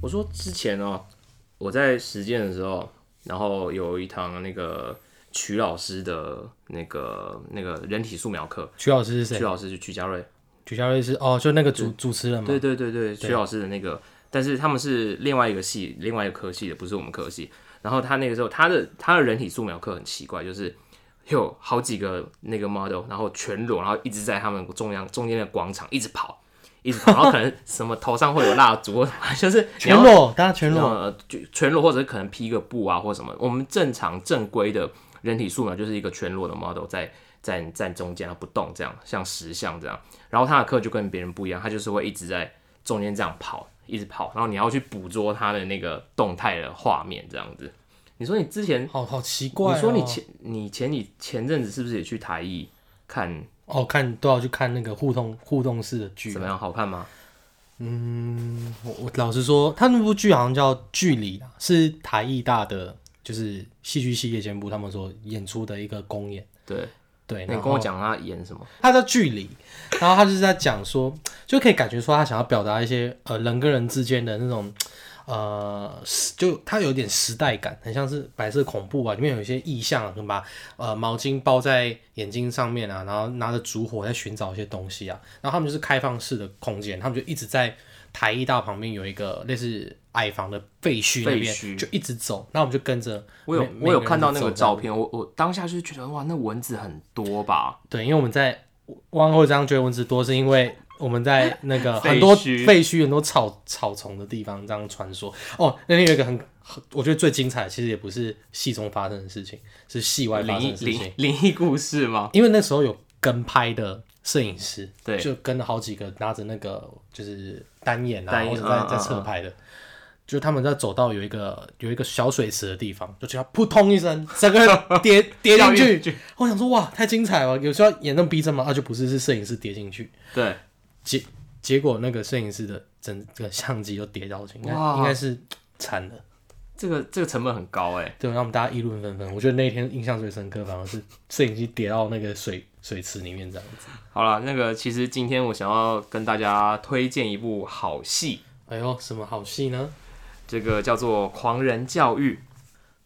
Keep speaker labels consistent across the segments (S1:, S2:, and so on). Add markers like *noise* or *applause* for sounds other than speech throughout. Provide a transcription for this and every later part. S1: 我说之前哦，我在实践的时候，然后有一堂那个曲老师的那个那个人体素描课，
S2: 曲老师是谁？
S1: 曲老师是曲家瑞，
S2: 曲家瑞是哦，就那个主主持人嘛。
S1: 对对对对，曲老师的那个，但是他们是另外一个系，另外一个科系的，不是我们科系。然后他那个时候，他的他的人体素描课很奇怪，就是有好几个那个 model，然后全裸，然后一直在他们中央中间的广场一直跑，一直跑，然后可能什么头上会有蜡烛， *laughs* 就是你
S2: 全
S1: 要
S2: 裸，大家全裸，
S1: 呃，就全裸或者是可能披个布啊或什么。我们正常正规的人体素描就是一个全裸的 model 在在站中间，他不动这样，像石像这样。然后他的课就跟别人不一样，他就是会一直在中间这样跑，一直跑，然后你要去捕捉他的那个动态的画面这样子。你说你之前，
S2: 好好奇怪、哦。
S1: 你说你前你前几前阵子是不是也去台艺看
S2: 哦，看都要去看那个互动互动式的剧
S1: 怎。么样好看吗？
S2: 我我老实说，他那部剧好像叫《距离》啊，是台艺大的就是戏剧系夜间部他们所演出的一个公演。
S1: 对，
S2: 对，
S1: 那你
S2: 哎然后
S1: 跟我讲他演什么？
S2: 他叫《距离》，然后他就是在讲说，就可以感觉说他想要表达一些呃人跟人之间的那种呃，时就它有点时代感，很像是白色恐怖啊，里面有一些意象、啊，可能把呃毛巾包在眼睛上面啊，然后拿着烛火在寻找一些东西啊，然后他们就是开放式的空间，他们就一直在台艺大旁边有一个类似矮房的废墟那
S1: 废
S2: 边，
S1: 墟
S2: 就一直走，那我们就跟着
S1: 我有
S2: 每
S1: 我有看到
S2: 每
S1: 那
S2: 人
S1: 个
S2: 走这样
S1: 照片，我我当下就是觉得哇，那蚊子很多吧？
S2: 对，因为我们在汪后章觉得蚊子多，是因为我们在那个
S1: 废墟
S2: 很多废墟、很多草草丛的地方这样穿梭。哦，那天有一个很，很我觉得最精彩，其实也不是戏中发生的事情，是戏外发
S1: 灵
S2: 生
S1: 异
S2: 的事情
S1: 灵。灵异故事吗？
S2: 因为那时候有跟拍的摄影师，
S1: 对
S2: 就跟了好几个拿着那个就是单眼啊，
S1: 单眼
S2: 或者在
S1: 嗯
S2: 在
S1: 嗯
S2: 侧拍的。就他们在走到有一个有一个小水池的地方，就听到扑通一声，整个
S1: *laughs*
S2: 人跌跌
S1: 掉
S2: 进
S1: 进
S2: 去。我想说哇，太精彩了！有需要演那么逼真吗？啊，就不是，是摄影师跌进去。
S1: 对，
S2: 结结果那个摄影师的整个相机都跌到进，应该
S1: 哇
S2: 应该是惨了。
S1: 这个这个成本很高哎、
S2: 对，让我们大家议论纷纷。我觉得那一天印象最深刻，反而是摄影机跌到那个水水池里面这样子。
S1: 好了，那个其实今天我想要跟大家推荐一部好戏，
S2: 哎呦，什么好戏呢？
S1: 这个叫做《狂人教育》，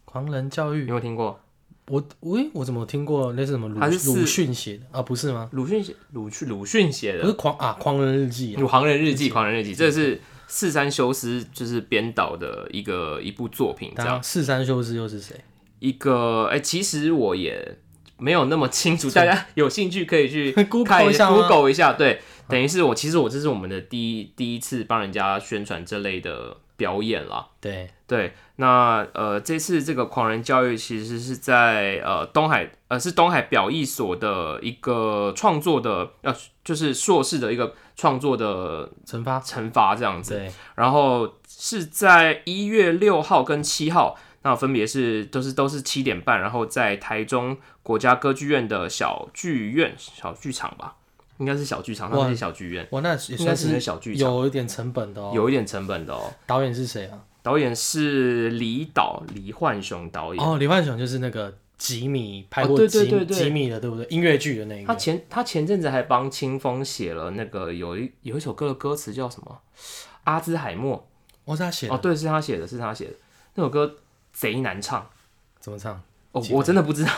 S2: 狂人教
S1: 你有
S2: 育，
S1: 没有听过？
S2: 我喂，我怎么听过类似什么鲁
S1: 还是
S2: 鲁迅写的啊？不是吗？
S1: 鲁迅写鲁迅鲁迅写
S2: 不
S1: 的
S2: 是狂啊，狂人日记、
S1: 《狂人日记》，《狂人日记》这是四山修斯就是编导的一个一部作品，这
S2: 大
S1: 样
S2: 家四山修斯又是谁？
S1: 一个哎、其实我也没有那么清楚，大家有兴趣可以去
S2: *laughs* Google
S1: 看
S2: 一下吗
S1: Google 一下。对，等于是我其实我这是我们的第一第一次帮人家宣传这类的表演啦。
S2: 对，
S1: 对，那呃，这次这个狂人教育其实是在呃东海呃是东海表艺所的一个创作的呃就是硕士的一个创作的
S2: 惩罚。
S1: 惩罚这样子。
S2: 对，
S1: 然后是在一月六号跟七号，那分别是都是都是七点半，然后在台中国家歌剧院的小剧院小剧场吧，应该是小剧场，
S2: 哇
S1: 它们是小剧院，
S2: 哇，那也
S1: 应该
S2: 算
S1: 是
S2: 是
S1: 小剧场，
S2: 有一点成本的哦。
S1: 有一点成本的哦。
S2: 导演是谁啊？
S1: 导演是李导李焕雄导演，
S2: 哦，李焕雄就是那个吉米拍
S1: 哦
S2: 过
S1: 对
S2: 吉、
S1: 对对对
S2: 吉米的，对不对？音乐剧的那
S1: 他
S2: 个。
S1: 前他前阵子还帮清风写了那个有一有一首歌的歌词叫什么？阿兹海默
S2: 我、是他写的、
S1: 哦，对，是他写的，是他写的那首歌贼难唱。
S2: 怎么唱？
S1: 哦
S2: 几，个
S1: 我真的不知
S2: *laughs*
S1: 道，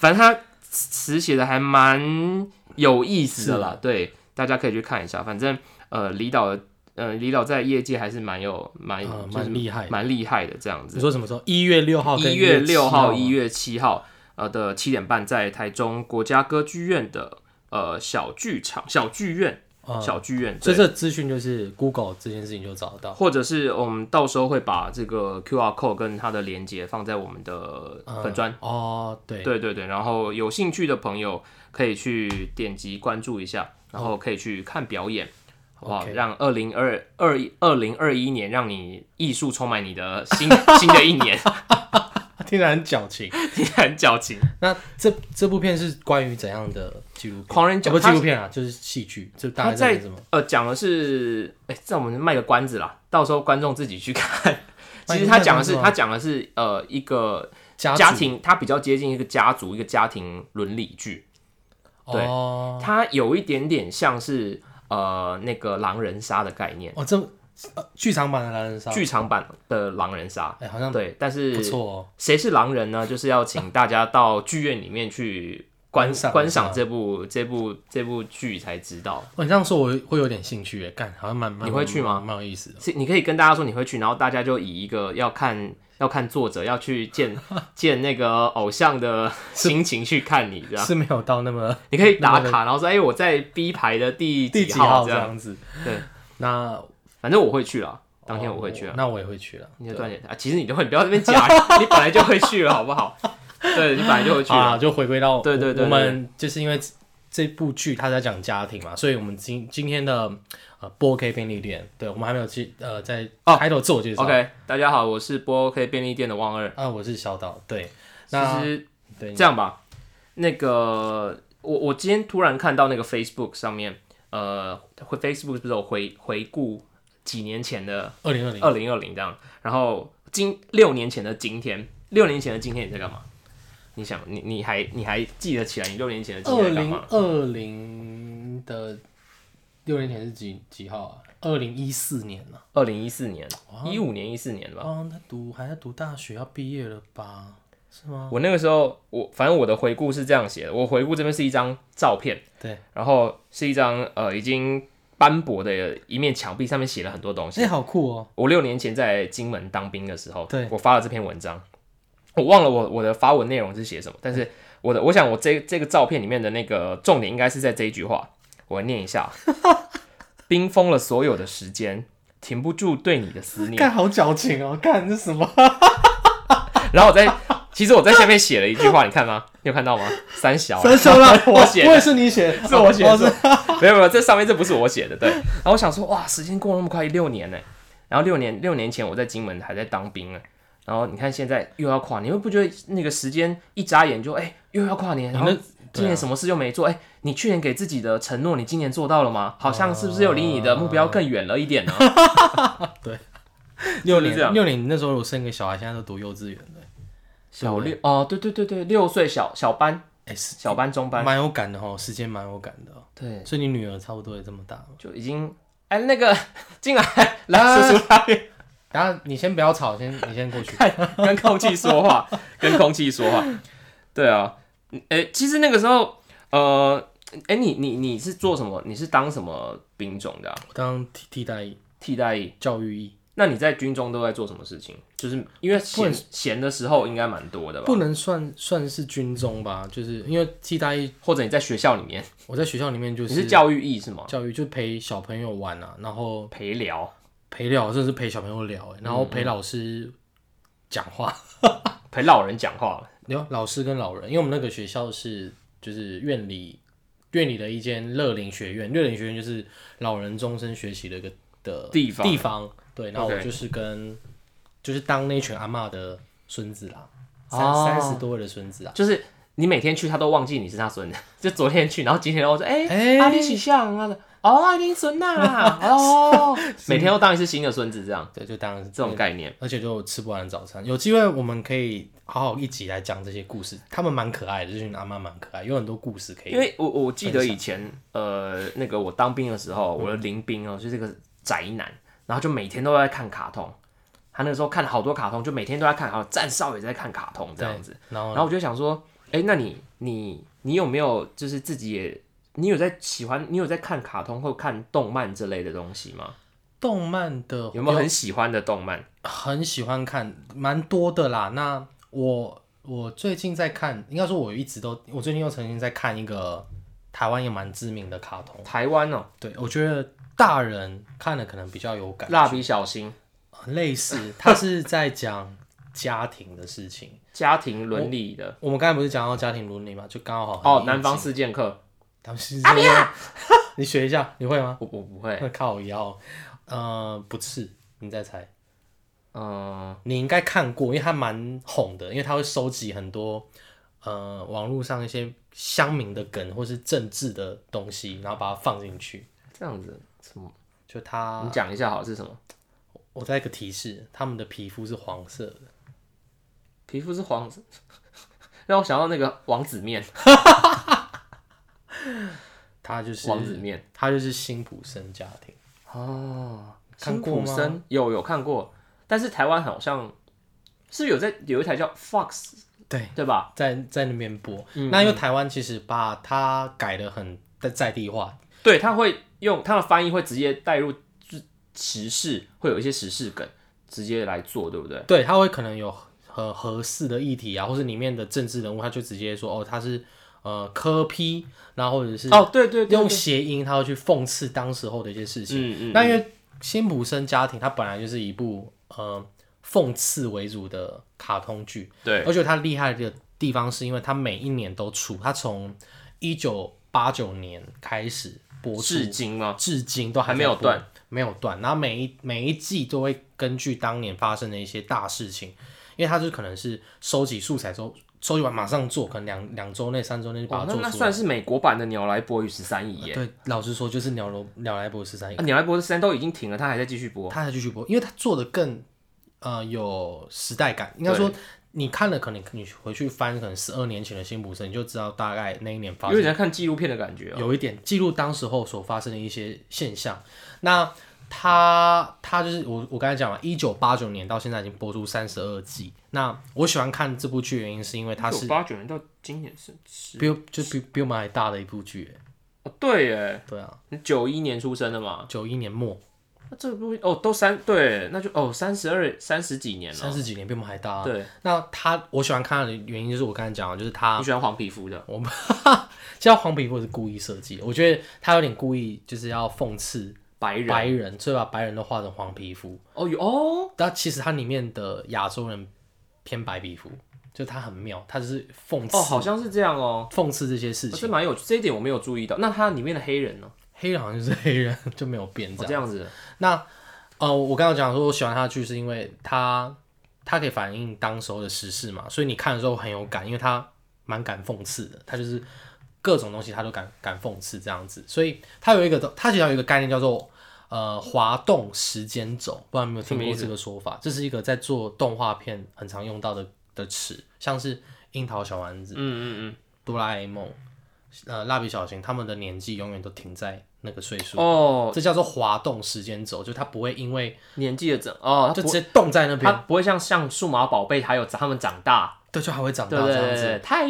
S1: 反正他词写的还蛮有意思的啦，对，大家可以去看一下。反正呃，李导呃，李导在业界还是蛮有蛮
S2: 啊
S1: 就是
S2: 蛮厉害的
S1: 蛮厉害的这样
S2: 你
S1: 子。
S2: 说什么时候？一月六号跟
S1: 一月六号、
S2: 7
S1: 一月七号呃的七点半，在台中国家歌剧院的呃小剧场、小剧院、
S2: 啊、
S1: 小剧院，
S2: 所以
S1: 对，
S2: 这资讯就是 Google 这件事情就找得到。
S1: 或者是我们到时候会把这个 QR code 跟它的连接放在我们的粉砖。
S2: 嗯哦，对，
S1: 对对对，然后有兴趣的朋友可以去点击关注一下，然后可以去看表演，好不好
S2: OK
S1: 让二零二二二零二一年让你艺术充满你的新 *laughs* 新的一年，
S2: 听起来很矫情。
S1: 你很矫情。
S2: 那这这部片是关于怎样的纪录片？
S1: 狂人
S2: 啊
S1: 讲
S2: 不是
S1: 他
S2: 纪录片啊，就是戏剧，就大
S1: 他
S2: 概在
S1: 在
S2: 什么？
S1: 呃讲的是，哎、这我们卖个关子啦，到时候观众自己去
S2: *laughs*
S1: 看。
S2: 卖
S1: 其实他
S2: 卖
S1: 讲的
S2: 关子
S1: 是，
S2: 吗
S1: 他讲的是呃一个
S2: 家
S1: 家
S2: 族
S1: 庭，他比较接近一个家族，一个家庭伦理剧，对
S2: 哦
S1: 它有一点点像是呃那个狼人杀的概念。
S2: 哦，这呃剧场版的狼人杀，
S1: 剧场版的狼人杀。
S2: 哎、好像
S1: 对，但是
S2: 不错哦。
S1: 谁是狼人呢？就是要请大家到剧院里面去观
S2: 观赏
S1: 观
S2: 一下
S1: 赏这部这部这部剧才知道。
S2: 哦哇你这样说，我会有点兴趣耶，干，好像蛮蛮
S1: 你会去吗
S2: 蛮蛮有意思的。
S1: 是你可以跟大家说你会去，然后大家就以一个要看要看作者要去
S2: *laughs*
S1: 见见那个偶像的心情去看你，这样
S2: 是没有到那么
S1: 你可以打卡，然后说哎、我在 B 排的第
S2: 第
S1: 几
S2: 号
S1: 这
S2: 这
S1: 样，
S2: 样子。
S1: 对，
S2: 那
S1: 反正我会去了，当天我会去
S2: 哦
S1: 了。
S2: 那我也会去了。
S1: 你就赚点啊！其实你都会，你不要在那边假，你本来就会去了，好不好？对你本来就会去了。
S2: 啊，就回归到
S1: 对对对对
S2: 我们就是因为这这部剧它在讲家庭嘛，所以我们今今天的呃波 K 便利店，对我们还没有去呃在
S1: 哦
S2: 开头自我介绍。
S1: OK，大家好，我是波 OK 便利店的汪二。
S2: 啊，我是小岛，对，
S1: 其
S2: 那
S1: 实
S2: 对
S1: 这样吧，那个我我今天突然看到那个 Facebook 上面，呃，会 Facebook 不是有回回顾几年前的
S2: 二零二零
S1: 二零二零这样，然后今六年前的今天，六年前的今天你在干嘛？你想，你你还你还记得起来你六年前的今
S2: 二
S1: 天在干
S2: 零
S1: 嘛？
S2: 二零的六年前是几几号啊？二零一四年啊了、
S1: 二零一四年，一五年一四年吧。
S2: 哦，他读还在读大学，要毕业了吧？是吗？
S1: 我那个时候，我反正我的回顾是这样写的，我回顾这边是一张照片，
S2: 对，
S1: 然后是一张呃已经斑驳的一面墙壁，上面写了很多东西
S2: 哎、。好酷哦！
S1: 我六年前在金门当兵的时候，
S2: 对
S1: 我发了这篇文章，我忘了我我的发文内容是写什么，但是我的我想我这这个照片里面的那个重点应该是在这一句话，我念一
S2: *laughs*
S1: 下：冰封了所有的时间，停不住对你的思念。
S2: 干好矫情哦！干这是什么？
S1: 然后我在，其实我在下面写了一句话，你看吗？你有看到吗？三小啊，
S2: 真小了，我
S1: 我写的
S2: 我也是你写，
S1: *laughs* 是我写的
S2: 哦是
S1: 没有没有，这上面这不是我写的，对。然后我想说，哇，时间过了那么快，六年呢。然后六年六年前我在金门还在当兵呢。然后你看现在又要跨年，你会不觉得那个时间一眨眼就哎、又要跨年，然后
S2: 那
S1: 今年什么事又没做，哎、你去年给自己的承诺，你今年做到了吗？好像是不是又离你的目标更远了一点呢？
S2: 六
S1: 是这样
S2: 年，六年那时候我生个小孩，现在都读幼稚园了。
S1: 小六哦，对对对对，六岁小小班
S2: 哎、是
S1: 小班中班，
S2: 蛮有感的哦，时间蛮有感的哦。
S1: 对，
S2: 所以你女儿差不多也这么大了。
S1: 就已经哎那 *laughs* 个进来来
S2: 啊
S1: 叔叔来。
S2: 然后你先不要吵，先你先过去。
S1: 跟空气说话，跟空气说话。对啊，诶、其实那个时候，呃，诶、你你你是做什么？你是当什么兵种的、啊？
S2: 我当替替代役
S1: 替代役？
S2: 教育役，
S1: 那你在军中都在做什么事情？就是因为闲闲的时候应该蛮多的吧
S2: 不？能算算是军中吧，就是因为替代役，
S1: 或者你在学校里面，
S2: 我在学校里面就
S1: 你是教育役是吗？
S2: 教育，就陪小朋友玩啊，然后
S1: 陪聊，
S2: 陪聊，甚至陪小朋友聊、欸然后
S1: 嗯
S2: 陪老师讲话， *laughs*
S1: 陪老人讲话。
S2: 有、老师跟老人，因为我们那个学校是就是院里院里的一间乐龄学院，乐龄学院就是老人终身学习的一个的
S1: 地方
S2: 地方，对，然后我
S1: OK
S2: 就是跟就是当那群阿嬷的孙子啦，三
S1: 哦
S2: 三十多位的孙子啊。
S1: 就是你每天去，他都忘记你是他孙子。就昨天去，然后今天我说，哎、
S2: 哎
S1: 阿、你喜像啊，哦，阿林孙呐，
S2: *laughs*
S1: 哦，每天都当一次新的孙子，这样
S2: 对，就当然是
S1: 这种概念。
S2: 而且就吃不完的早餐。有机会我们可以好好一起来讲这些故事，他们蛮可爱的，这群阿妈蛮可爱，有很多故事可以。
S1: 因为我我记得以前呃，那个我当兵的时候，我的林兵哦、就是个宅男，然后就每天都在看卡通。他那个时候看好多卡通，就每天都在看，还有站哨也在看卡通这样子。
S2: 然后
S1: 然后我就想说，哎、那你你你有没有就是自己也，你有在喜欢，你有在看卡通或看动漫之类的东西吗？
S2: 动漫的
S1: 有没有很喜欢的动漫？
S2: 很喜欢看，蛮多的啦。那我我最近在看，应该说我一直都，我最近又曾经在看一个台湾也蛮知名的卡通。
S1: 台湾哦、
S2: 对，我觉得大人看了可能比较有感，
S1: 蜡笔小新，
S2: 类似，它是在讲家庭的事情。
S1: 家庭伦理的
S2: 我们刚才不是讲到家庭伦理嘛，就刚好很
S1: 哦，
S2: 应
S1: 南方
S2: 景
S1: 四剑客，
S2: 他们是这样 *laughs* 你学一下，你会吗？
S1: 我我不会，
S2: 靠腰，呃，不是，你再猜，
S1: 嗯、
S2: 你应该看过，因为它蛮红的，因为它会收集很多呃网络上一些乡民的梗或是政治的东西，然后把它放进去。
S1: 这样子什么？
S2: 就它，
S1: 你讲一下好是什么？
S2: 我再一个提示，他们的皮肤是黄色的，
S1: 皮肤是黄色， *laughs* 让我想到那个王子面，
S2: 它就是
S1: 王子面
S2: 它就是辛普森家庭。
S1: 哦，
S2: 看
S1: 辛
S2: 过
S1: 普
S2: 吗
S1: 森有有看过，但是台湾好像是不是有在有一台叫 Fox
S2: 对，
S1: 对吧？
S2: 在在那边播。那因为台湾其实把它改的很在在地化，
S1: 对，他会用他的翻译会直接带入就是时事，会有一些时事梗直接来做，对不对？
S2: 对，它会可能有很合适的议题啊，或是里面的政治人物，他就直接说哦，他是呃科批，然后或者是
S1: 哦，对对对
S2: 用
S1: 对
S2: 谐音，他会去讽刺当时候的一些事情。
S1: 嗯嗯，
S2: 那因为《辛普森家庭》它本来就是一部呃讽刺为主的卡通剧，
S1: 对
S2: 而且它厉害的地方是因为它每一年都出，它从一九八九年开始播出，
S1: 至今吗？
S2: 至今都还
S1: 还没有
S2: 在播
S1: 断，
S2: 没有断。然后每一每一季都会根据当年发生的一些大事情，因为它就可能是收集素材之后，收集完马上做，可能两两周内、三周内就把
S1: 哇
S2: 它，
S1: 哦那
S2: 做
S1: 那
S2: 出来。啊
S1: 算是美国版的《鸟来伯与十三姨》耶。
S2: 对，老实说就是鸟罗鸟来伯十三
S1: 啊鸟来伯十三都已经停了，他还在继续播。
S2: 他还继续播，因为他做的更呃有时代感。应该说，你看了可能你回去翻，可能十二年前的辛普森，你就知道大概那一年发
S1: 有
S2: 生
S1: 点像看纪录片的感觉哦、
S2: 有一点记录当时候所发生的一些现象。那他他就是我我刚才讲了，一九八九年到现在已经播出三十二季。那我喜欢看这部剧的原因是因为它哎是
S1: 八九年到今年是十
S2: 比我就比比我们还大的一部剧，
S1: 哦，对耶，
S2: 对啊，
S1: 你九一年出生的嘛，
S2: 九一年末
S1: 那这部哦都三对，那就哦三十二三十几年了。
S2: 三十几年比我们还大、啊。
S1: 对，
S2: 那他我喜欢看的原因就是我刚才讲的，就是他
S1: 你喜欢黄皮肤的，
S2: *laughs* 其实黄皮肤是故意设计的，我觉得他有点故意，就是要讽刺
S1: 白人
S2: 白人，所以把白人都画成黄皮肤。
S1: 哦有哦，
S2: 但其实它里面的亚洲人偏白皮肤，就他很妙，他就是讽刺、
S1: 哦，好像是这样哦，
S2: 讽刺这些事
S1: 哦
S2: 情。
S1: 这蛮有趣，这一点我没有注意到。那它里面的黑人呢？
S2: 黑人好像就是黑人，就没有变这
S1: 哦
S2: 样。
S1: 这样子，
S2: 那呃，我刚刚讲说我喜欢他的剧，是因为他他可以反映当时候的时事嘛，所以你看的时候很有感，因为他蛮敢讽刺的，他就是各种东西他都敢敢讽刺这样子，所以他有一个他其实有一个概念叫做。呃，滑动时间轴，不知道你有没有听
S1: 什么
S2: 过
S1: 意思
S2: 这个说法？这是一个在做动画片很常用到的的词，像是樱桃小丸子、
S1: 嗯嗯
S2: 哆啦 A 梦、呃蜡笔小新，他们的年纪永远都停在那个岁数
S1: 嗯，，哦，
S2: 这叫做滑动时间轴，就它不会因为
S1: 年纪的整哦，它
S2: 就
S1: 不
S2: 直接冻在那
S1: 它
S2: 边，
S1: 不会像像数码宝贝还有他们长大，
S2: 对，就还会长大
S1: 对对
S2: 这样
S1: 对
S2: 子。
S1: 对，太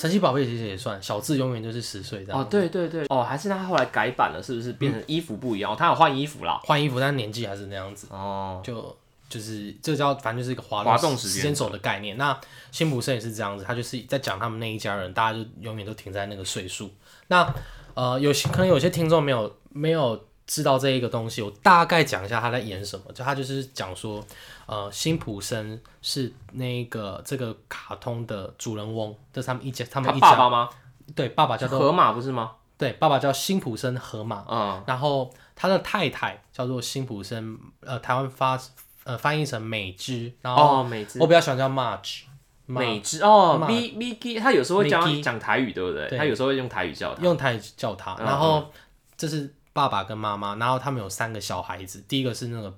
S2: 神奇宝贝其实也算，小智永远就是十岁这样。嗯
S1: 哦，对对对，哦，还是他后来改版了，是不是变成衣服不一样？哦他有换衣服啦。
S2: 换衣服，但年纪还是那样子，
S1: 哦，
S2: 就就是这叫反正就是一个滑
S1: 滑动时
S2: 时
S1: 间
S2: 间轴的概念。那辛普森也是这样子，他就是在讲他们那一家人，大家就永远都停在那个岁数。那呃，有些可能有些听众没有没有知道这一个东西，我大概讲一下他在演什么。就他就是讲说，呃，辛普森是那个这个卡通的主人翁，这是他们一家，
S1: 他
S2: 他们一
S1: 爸
S2: 家
S1: 爸吗？
S2: 对爸爸叫做
S1: 河马不是吗？
S2: 对爸爸叫辛普森河马，
S1: 嗯，
S2: 然后他的太太叫做辛普森，呃，台湾发呃翻译成美芝，然后
S1: 哦，美姿
S2: 我比较喜欢叫 March，
S1: 美姿哦
S2: 妈
S1: ，V V K，他有时候会讲
S2: Vicky
S1: 讲台语，对不对？
S2: 对
S1: 他有时候会用台语叫他。
S2: 用台语叫他。
S1: 嗯
S2: 然后这是爸爸跟妈妈，然后他们有三个小孩子，第一个是那个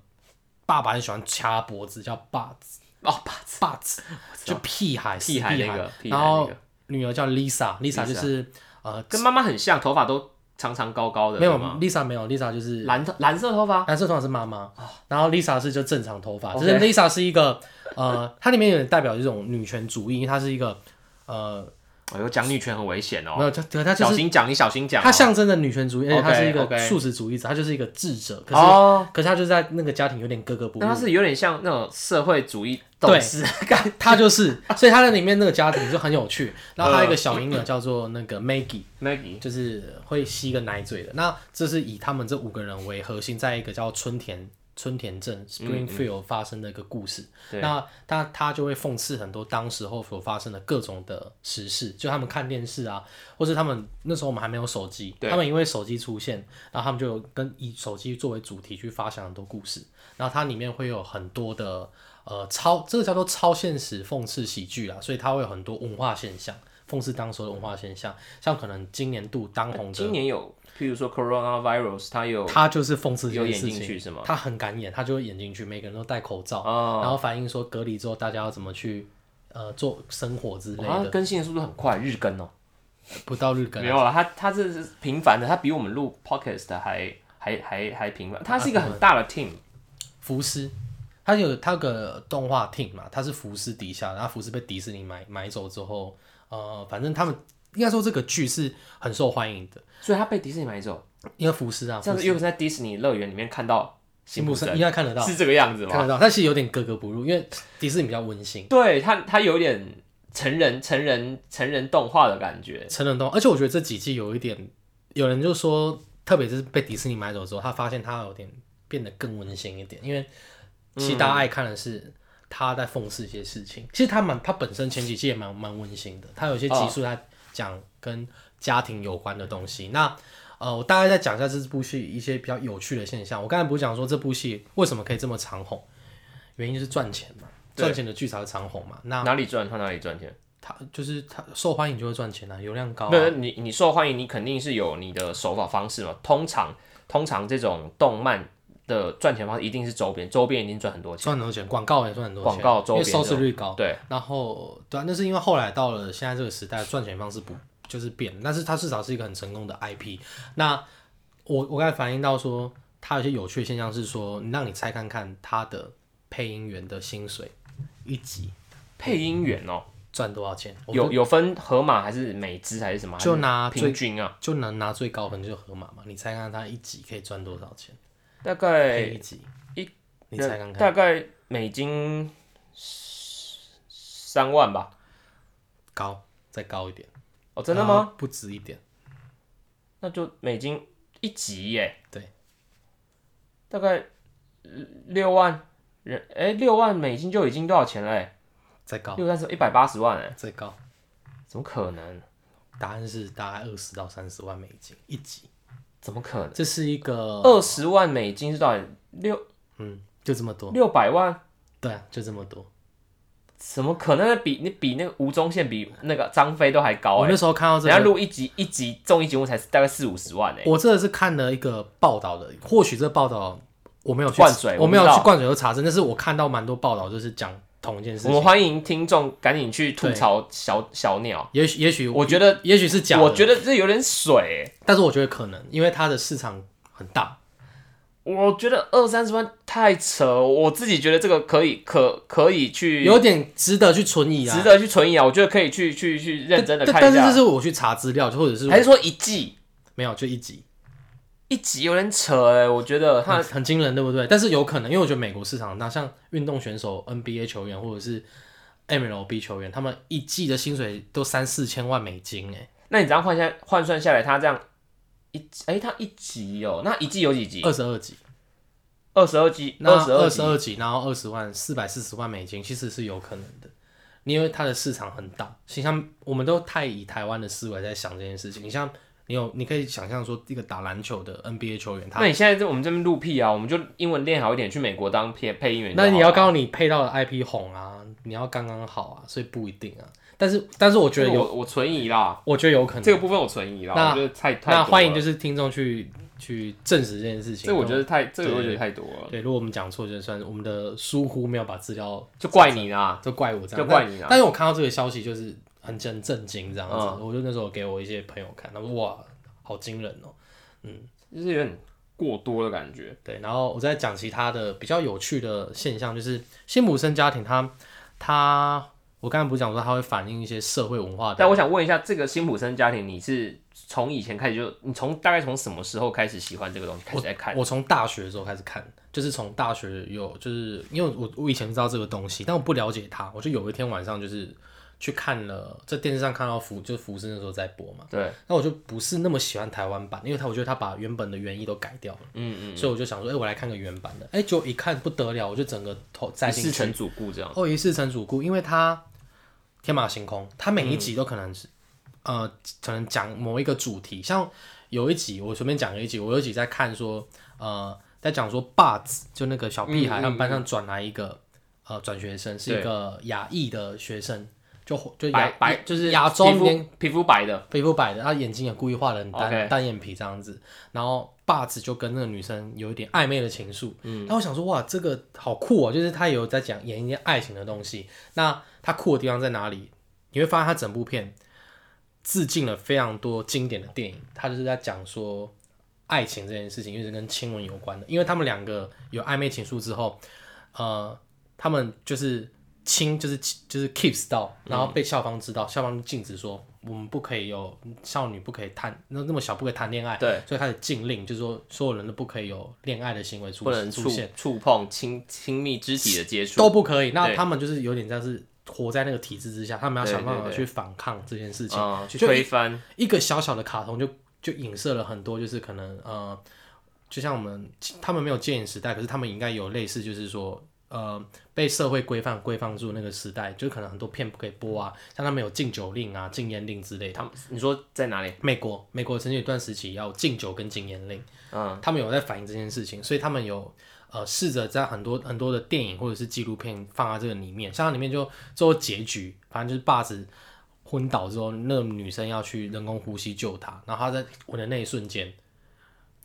S2: 爸爸很喜欢掐脖子，叫爸子
S1: 哦，爸
S2: 爸子，就屁孩
S1: 屁孩
S2: 死
S1: 那个屁孩
S2: 然后
S1: 那个
S2: 女儿叫 Lisa，Lisa 就是呃
S1: 跟妈妈很像，头发都长长高高的，
S2: 没有嗯
S1: 对吗？
S2: Lisa 没有 Lisa 就是
S1: 蓝头蓝色头发，
S2: 蓝色头发是妈妈，然后 Lisa 是就正常头发，只
S1: 哦 OK
S2: 是 Lisa 是一个呃，它里面有点代表这种女权主义，因为它是一个呃，
S1: 哎呦，讲女权很危险
S2: 没
S1: 哦，
S2: 有，它它它就
S1: 小
S2: 是
S1: 心讲，你小心讲哦。
S2: 它象征着女权主义，而且它是一个
S1: OK，OK
S2: 素食主义者，它就是一个智者，可是、
S1: 哦，
S2: 可是他就是在那个家庭有点格格不入
S1: 那，他是有点像那种社会主义斗
S2: 对
S1: 士 *laughs* 感。
S2: 他就是，所以他在里面那个家庭就很有趣，然后还有一个小婴儿叫做那个 Maggie。
S1: Maggie，
S2: 就是会吸个奶嘴的。那这是以他们这五个人为核心，在一个叫春田春田镇 Springfield 发生的一个故事。
S1: 嗯对
S2: 那他他就会讽刺很多当时候所发生的各种的时事，就他们看电视啊，或是他们那时候我们还没有手机，
S1: 对
S2: 他们因为手机出现，然后他们就有跟以手机作为主题去发想很多故事。然后它里面会有很多的呃超，这个叫做超现实讽刺喜剧啦，所以它会有很多文化现象，讽刺当时的文化现象，像可能今年度当红的
S1: 啊今，年有，譬如说 coronavirus，他有
S2: 他就是讽刺
S1: 有
S2: 这件
S1: 演
S2: 事
S1: 进去
S2: 情，
S1: 是吗？
S2: 他很敢演，他就会演进去，每个人都戴口罩，
S1: 哦，
S2: 然后反映说隔离之后大家要怎么去呃做生活之类
S1: 哇它
S2: 的，
S1: 哦更新的速度很快，日更哦。
S2: 不到日更
S1: 啊没。有了，他他这是频繁的，他比我们录 podcast 还还还还频繁。他是一个很大的 team，
S2: 福斯，他有他有个动画 team 嘛，他是福斯底下，然后福斯被迪士尼买买走之后，呃，反正他们应该说这个剧是很受欢迎的，
S1: 所以他被迪士尼买走，
S2: 因为福斯啊，
S1: 这样子又是在迪士尼乐园里面看到辛
S2: 辛
S1: 普
S2: 普
S1: 森
S2: 森应，该看得到，
S1: 是这个样子
S2: 看
S1: 吗？
S2: 得到，但是有点格格不入，因为迪士尼比较温馨。
S1: 对他，他有点成人成人成人动画的感觉，
S2: 成人动画，而且我觉得这几季有一点，有人就说，特别是被迪士尼买走之后，他发现他有点变得更温馨一点，因为其实大家爱看的是他在讽刺一些事情。其实他蛮，他本身前几季也蛮蛮温馨的，他有一些集数他讲跟家庭有关的东西。那呃，我大概再讲一下这部戏一些比较有趣的现象。我刚才不是讲说这部戏为什么可以这么长红，原因就是赚钱嘛，
S1: 对
S2: 赚钱的剧才会长红嘛。那
S1: 哪里赚他哪里赚钱。
S2: 他就是他受欢迎就会赚钱啊，流量高、啊。
S1: 没有，你你受欢迎，你肯定是有你的手法方式嘛。通常通常这种动漫的赚钱方式一定是周边，周边一定赚很多钱。
S2: 赚很多钱，广告也赚很多
S1: 广
S2: 钱，
S1: 告周
S2: 因为
S1: 边
S2: 收视率高。
S1: 对，
S2: 然后对啊，那是因为后来到了现在这个时代，赚钱方式不就是变了，但是它至少是一个很成功的 IP。那我我刚才反映到说，它有些有趣的现象是说，你让你猜看看它的配音员的薪水一集
S1: 配音员哦，
S2: 赚多少钱，我
S1: 有有分河马还是美资还是什么？
S2: 就拿
S1: 还是平均啊，
S2: 就能拿最高分就是河马嘛，你猜看看它一集可以赚多少钱？
S1: 大
S2: 配
S1: 概
S2: 一集
S1: 哎一，
S2: 你猜看看，
S1: 大概美金三万吧。
S2: 高再高一点，呃
S1: 哦，真的吗？？
S2: 不止一点。
S1: 那就美金一集耶。
S2: 对，
S1: 大概六万人，哎，六万美金就已经多少钱了耶？
S2: 再高，
S1: 六三十一百八十万哎。
S2: 再高，
S1: 怎么可能？
S2: 答案是大概二十到三十万美金一集，
S1: 怎么可能？
S2: 这是一个
S1: 二十万美金是到底六
S2: 嗯，就这么多，
S1: 六百万？
S2: 对啊，就这么多。
S1: 怎么可能？那比你比那个吴宗宪比那个张飞都还高
S2: 我
S1: 哎、
S2: 那时候看到这
S1: 人家
S2: 个，
S1: 录一集一集综艺节目才大概四五十万哎、
S2: 我真的是看了一个报道的，或许这个报道我没有去
S1: 灌水
S2: 我
S1: 我
S2: 没
S1: 不
S2: 有
S1: 知道
S2: 去灌水和查证，但是我看到蛮多报道就是讲同一件事
S1: 我们
S2: 情。
S1: 欢迎听众赶紧去吐槽小小鸟，
S2: 也许也许
S1: 我觉得
S2: 也许是假的，
S1: 我觉得这有点水、欸，
S2: 但是我觉得可能，因为它的市场很大，
S1: 我觉得二三十万太扯，我自己觉得这个可以可可以去
S2: 有点值得去存疑
S1: 嗯
S2: 啊。
S1: 值得去存疑啊，我觉得可以去去去认真的
S2: 但
S1: 看
S2: 但
S1: 一
S2: 是这
S1: 下，
S2: 是我去查资料，或者是
S1: 还是说一季
S2: 没有就一集，
S1: 一集有点扯哎、我觉得他
S2: 很很惊人，对不对？但是有可能，因为我觉得美国市场很大，像运动选手、NBA 球员或者是 MLB 球员，他们一季的薪水都三四千万美金，哎，
S1: 那你这样换下换算下来，他这样一哎、他一集哦，那一季有几集？
S2: 二十二集，
S1: 二十二集，
S2: 那
S1: 二十
S2: 二
S1: 二
S2: 十
S1: 集。
S2: 二集，然后二十万四百四十万美金，其实是有可能的，因为它的市场很大。其实像我们都太以台湾的思维在想这件事情，你像你有你可以想象说，一个打篮球的 NBA 球员，他
S1: 那你现在在我们这边录屁啊，我们就英文练好一点，去美国当配配音员就好
S2: 那
S1: 了。
S2: 你要刚好你配到的 IP 红啊，你要刚刚好啊，所以不一定啊。但是但是我觉
S1: 这
S2: 得
S1: 个
S2: 有，
S1: 我我存疑啦，
S2: 我觉得有可能
S1: 这。个部分我存疑啦，
S2: 那
S1: 我觉得太太
S2: 那欢迎就是是听众去去证实这件事情。
S1: 这个我觉得太这个
S2: 对
S1: 我觉得太多了，
S2: 对，如果我们讲错，就算是我们的疏忽没有把资料，
S1: 就怪你啦。
S2: 就怪我这样，
S1: 就怪你啊
S2: 但但是我看到这个消息就是很很震惊这样子，
S1: 嗯
S2: 我就那时候给我一些朋友看，他说哇，好惊人哦、
S1: 就是有点过多的感觉。
S2: 对，然后我再讲其他的比较有趣的现象，就是辛普森家庭他他。我刚才不是讲说他会反映一些社会文化的
S1: 但我想问一下，这个辛普森家庭，你是从以前开始就你从大概从什么时候开始喜欢这个东西，开始在看？
S2: 我从大学的时候开始看，就是从大学有，就是因为我我以前知道这个东西，但我不了解它。我就有一天晚上就是去看了，在电视上看到福，就是福生的时候在播嘛。
S1: 对，
S2: 那我就不是那么喜欢台湾版，因为他我觉得他把原本的原意都改掉了，
S1: 嗯
S2: 所以我就想说，哎、我来看个原版的。哎、结果一看不得了，我就整个头栽
S1: 嗯，
S2: 进
S1: 是
S2: 去。
S1: 成主顾这样。
S2: 哦，一世成主顾，因为他天马行空，他每一集都可能是、呃，可能讲某一个主题，像有一集我随便讲一集，我有一集在看说，呃，在讲说霸子，就那个小屁
S1: 嗯
S2: 孩，
S1: 嗯
S2: 他们班上转来一个呃转学生，是一
S1: 对
S2: 个亚裔的学生，就就
S1: 白
S2: 亚
S1: 白就是
S2: 亚洲
S1: 皮
S2: 年
S1: 肤皮肤白的，
S2: 皮肤白的，他啊眼睛也故意画的很单
S1: OK
S2: 单眼皮这样子，然后霸子就跟那个女生有一点暧昧的情愫，嗯，那我想说哇，这个好酷哦，就是他有在讲演一些爱情的东西，那他酷的地方在哪里？你会发现他整部片致敬了非常多经典的电影，他就是在讲说爱情这件事情，因为是跟亲吻有关的，因为他们两个有暧昧情愫之后，呃，他们就是亲，就是就是 kiss 到，
S1: 嗯
S2: 然后被校方知道，校方禁止说我们不可以有少女不可以谈，那那么小不可以谈恋爱，
S1: 对，
S2: 所以开始禁令，就是说所有人都不可以有恋爱的行为出
S1: 不能
S2: 出
S1: 触
S2: 现，
S1: 触碰亲亲密肢体的接触，
S2: 都不可以。那
S1: 对
S2: 他们就是有点像是活在那个体制之下，他们要
S1: 对
S2: 想办
S1: 对
S2: 法
S1: 对
S2: 去反抗这件事情。
S1: 嗯，去
S2: 就
S1: 推翻，
S2: 一个小小的卡通就就影射了很多，就是可能呃，就像我们他们没有戒严时代，可是他们应该有类似，就是说呃，被社会规范规范住那个时代，就可能很多片不可以播啊，像他们有禁酒令啊、禁烟令之类的。
S1: 他们你说在哪里？
S2: 美国，美国曾经有一段时期要禁酒跟禁烟令，
S1: 嗯，
S2: 他们有在反映这件事情，所以他们有呃试着在很多很多的电影或者是纪录片放在这个里面，像它里面就最后结局，反正就是霸子昏倒之后，那个女生要去人工呼吸救他，然后他在吻的那一瞬间，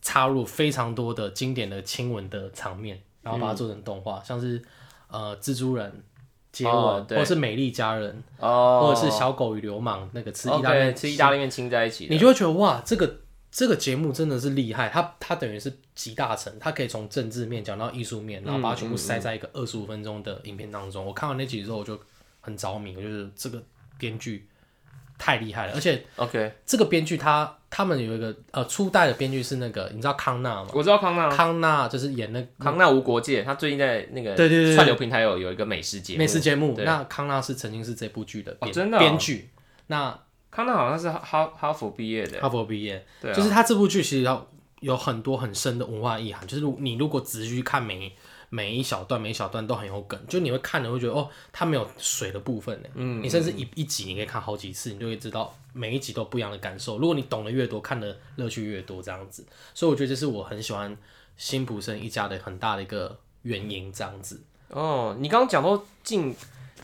S2: 插入非常多的经典的亲吻的场面，然后把它做成动画，像是呃蜘蛛人接吻，
S1: 哦
S2: 或
S1: 对
S2: 者是美丽佳人，
S1: 哦，
S2: 或者是小狗与流氓那个吃意大利
S1: OK，
S2: 面
S1: 吃意大利面亲在一起的，
S2: 你就会觉得哇，这个这个节目真的是厉害，它它等于是集大成，它可以从政治面讲到艺术面，然
S1: 嗯
S2: 后把它全部塞在一个二十五分钟的影片当中。我看完那集之后，我就很着迷，我就是这个编剧太厉害了，而且
S1: OK，
S2: 这个编剧他他们有一个呃初代的编剧是那个你知道康纳吗？
S1: 我知道康纳
S2: 康纳就是演那
S1: 康纳无国界，他最近在那个
S2: 对对对对
S1: 串流平台有有一个美食节目，
S2: 美食节目，
S1: 对
S2: 那康纳是曾经是这部剧的编、
S1: 哦真的哦
S2: 编剧，那
S1: 康纳好像是哈哈佛毕业的，
S2: 哈佛毕业，
S1: 对啊
S2: 就是他这部剧其实要有很多很深的文化意涵，就是如你如果仔细去看每每一小段每一小段都很有梗，就你会看的会觉得哦，它没有水的部分呢。嗯，你甚至一一集你可以看好几次，你就会知道每一集都有不一样的感受。如果你懂得越多，看的乐趣越多，这样子。所以我觉得这是我很喜欢辛普森一家的很大的一个原因，这样子。
S1: 哦，你刚刚讲到禁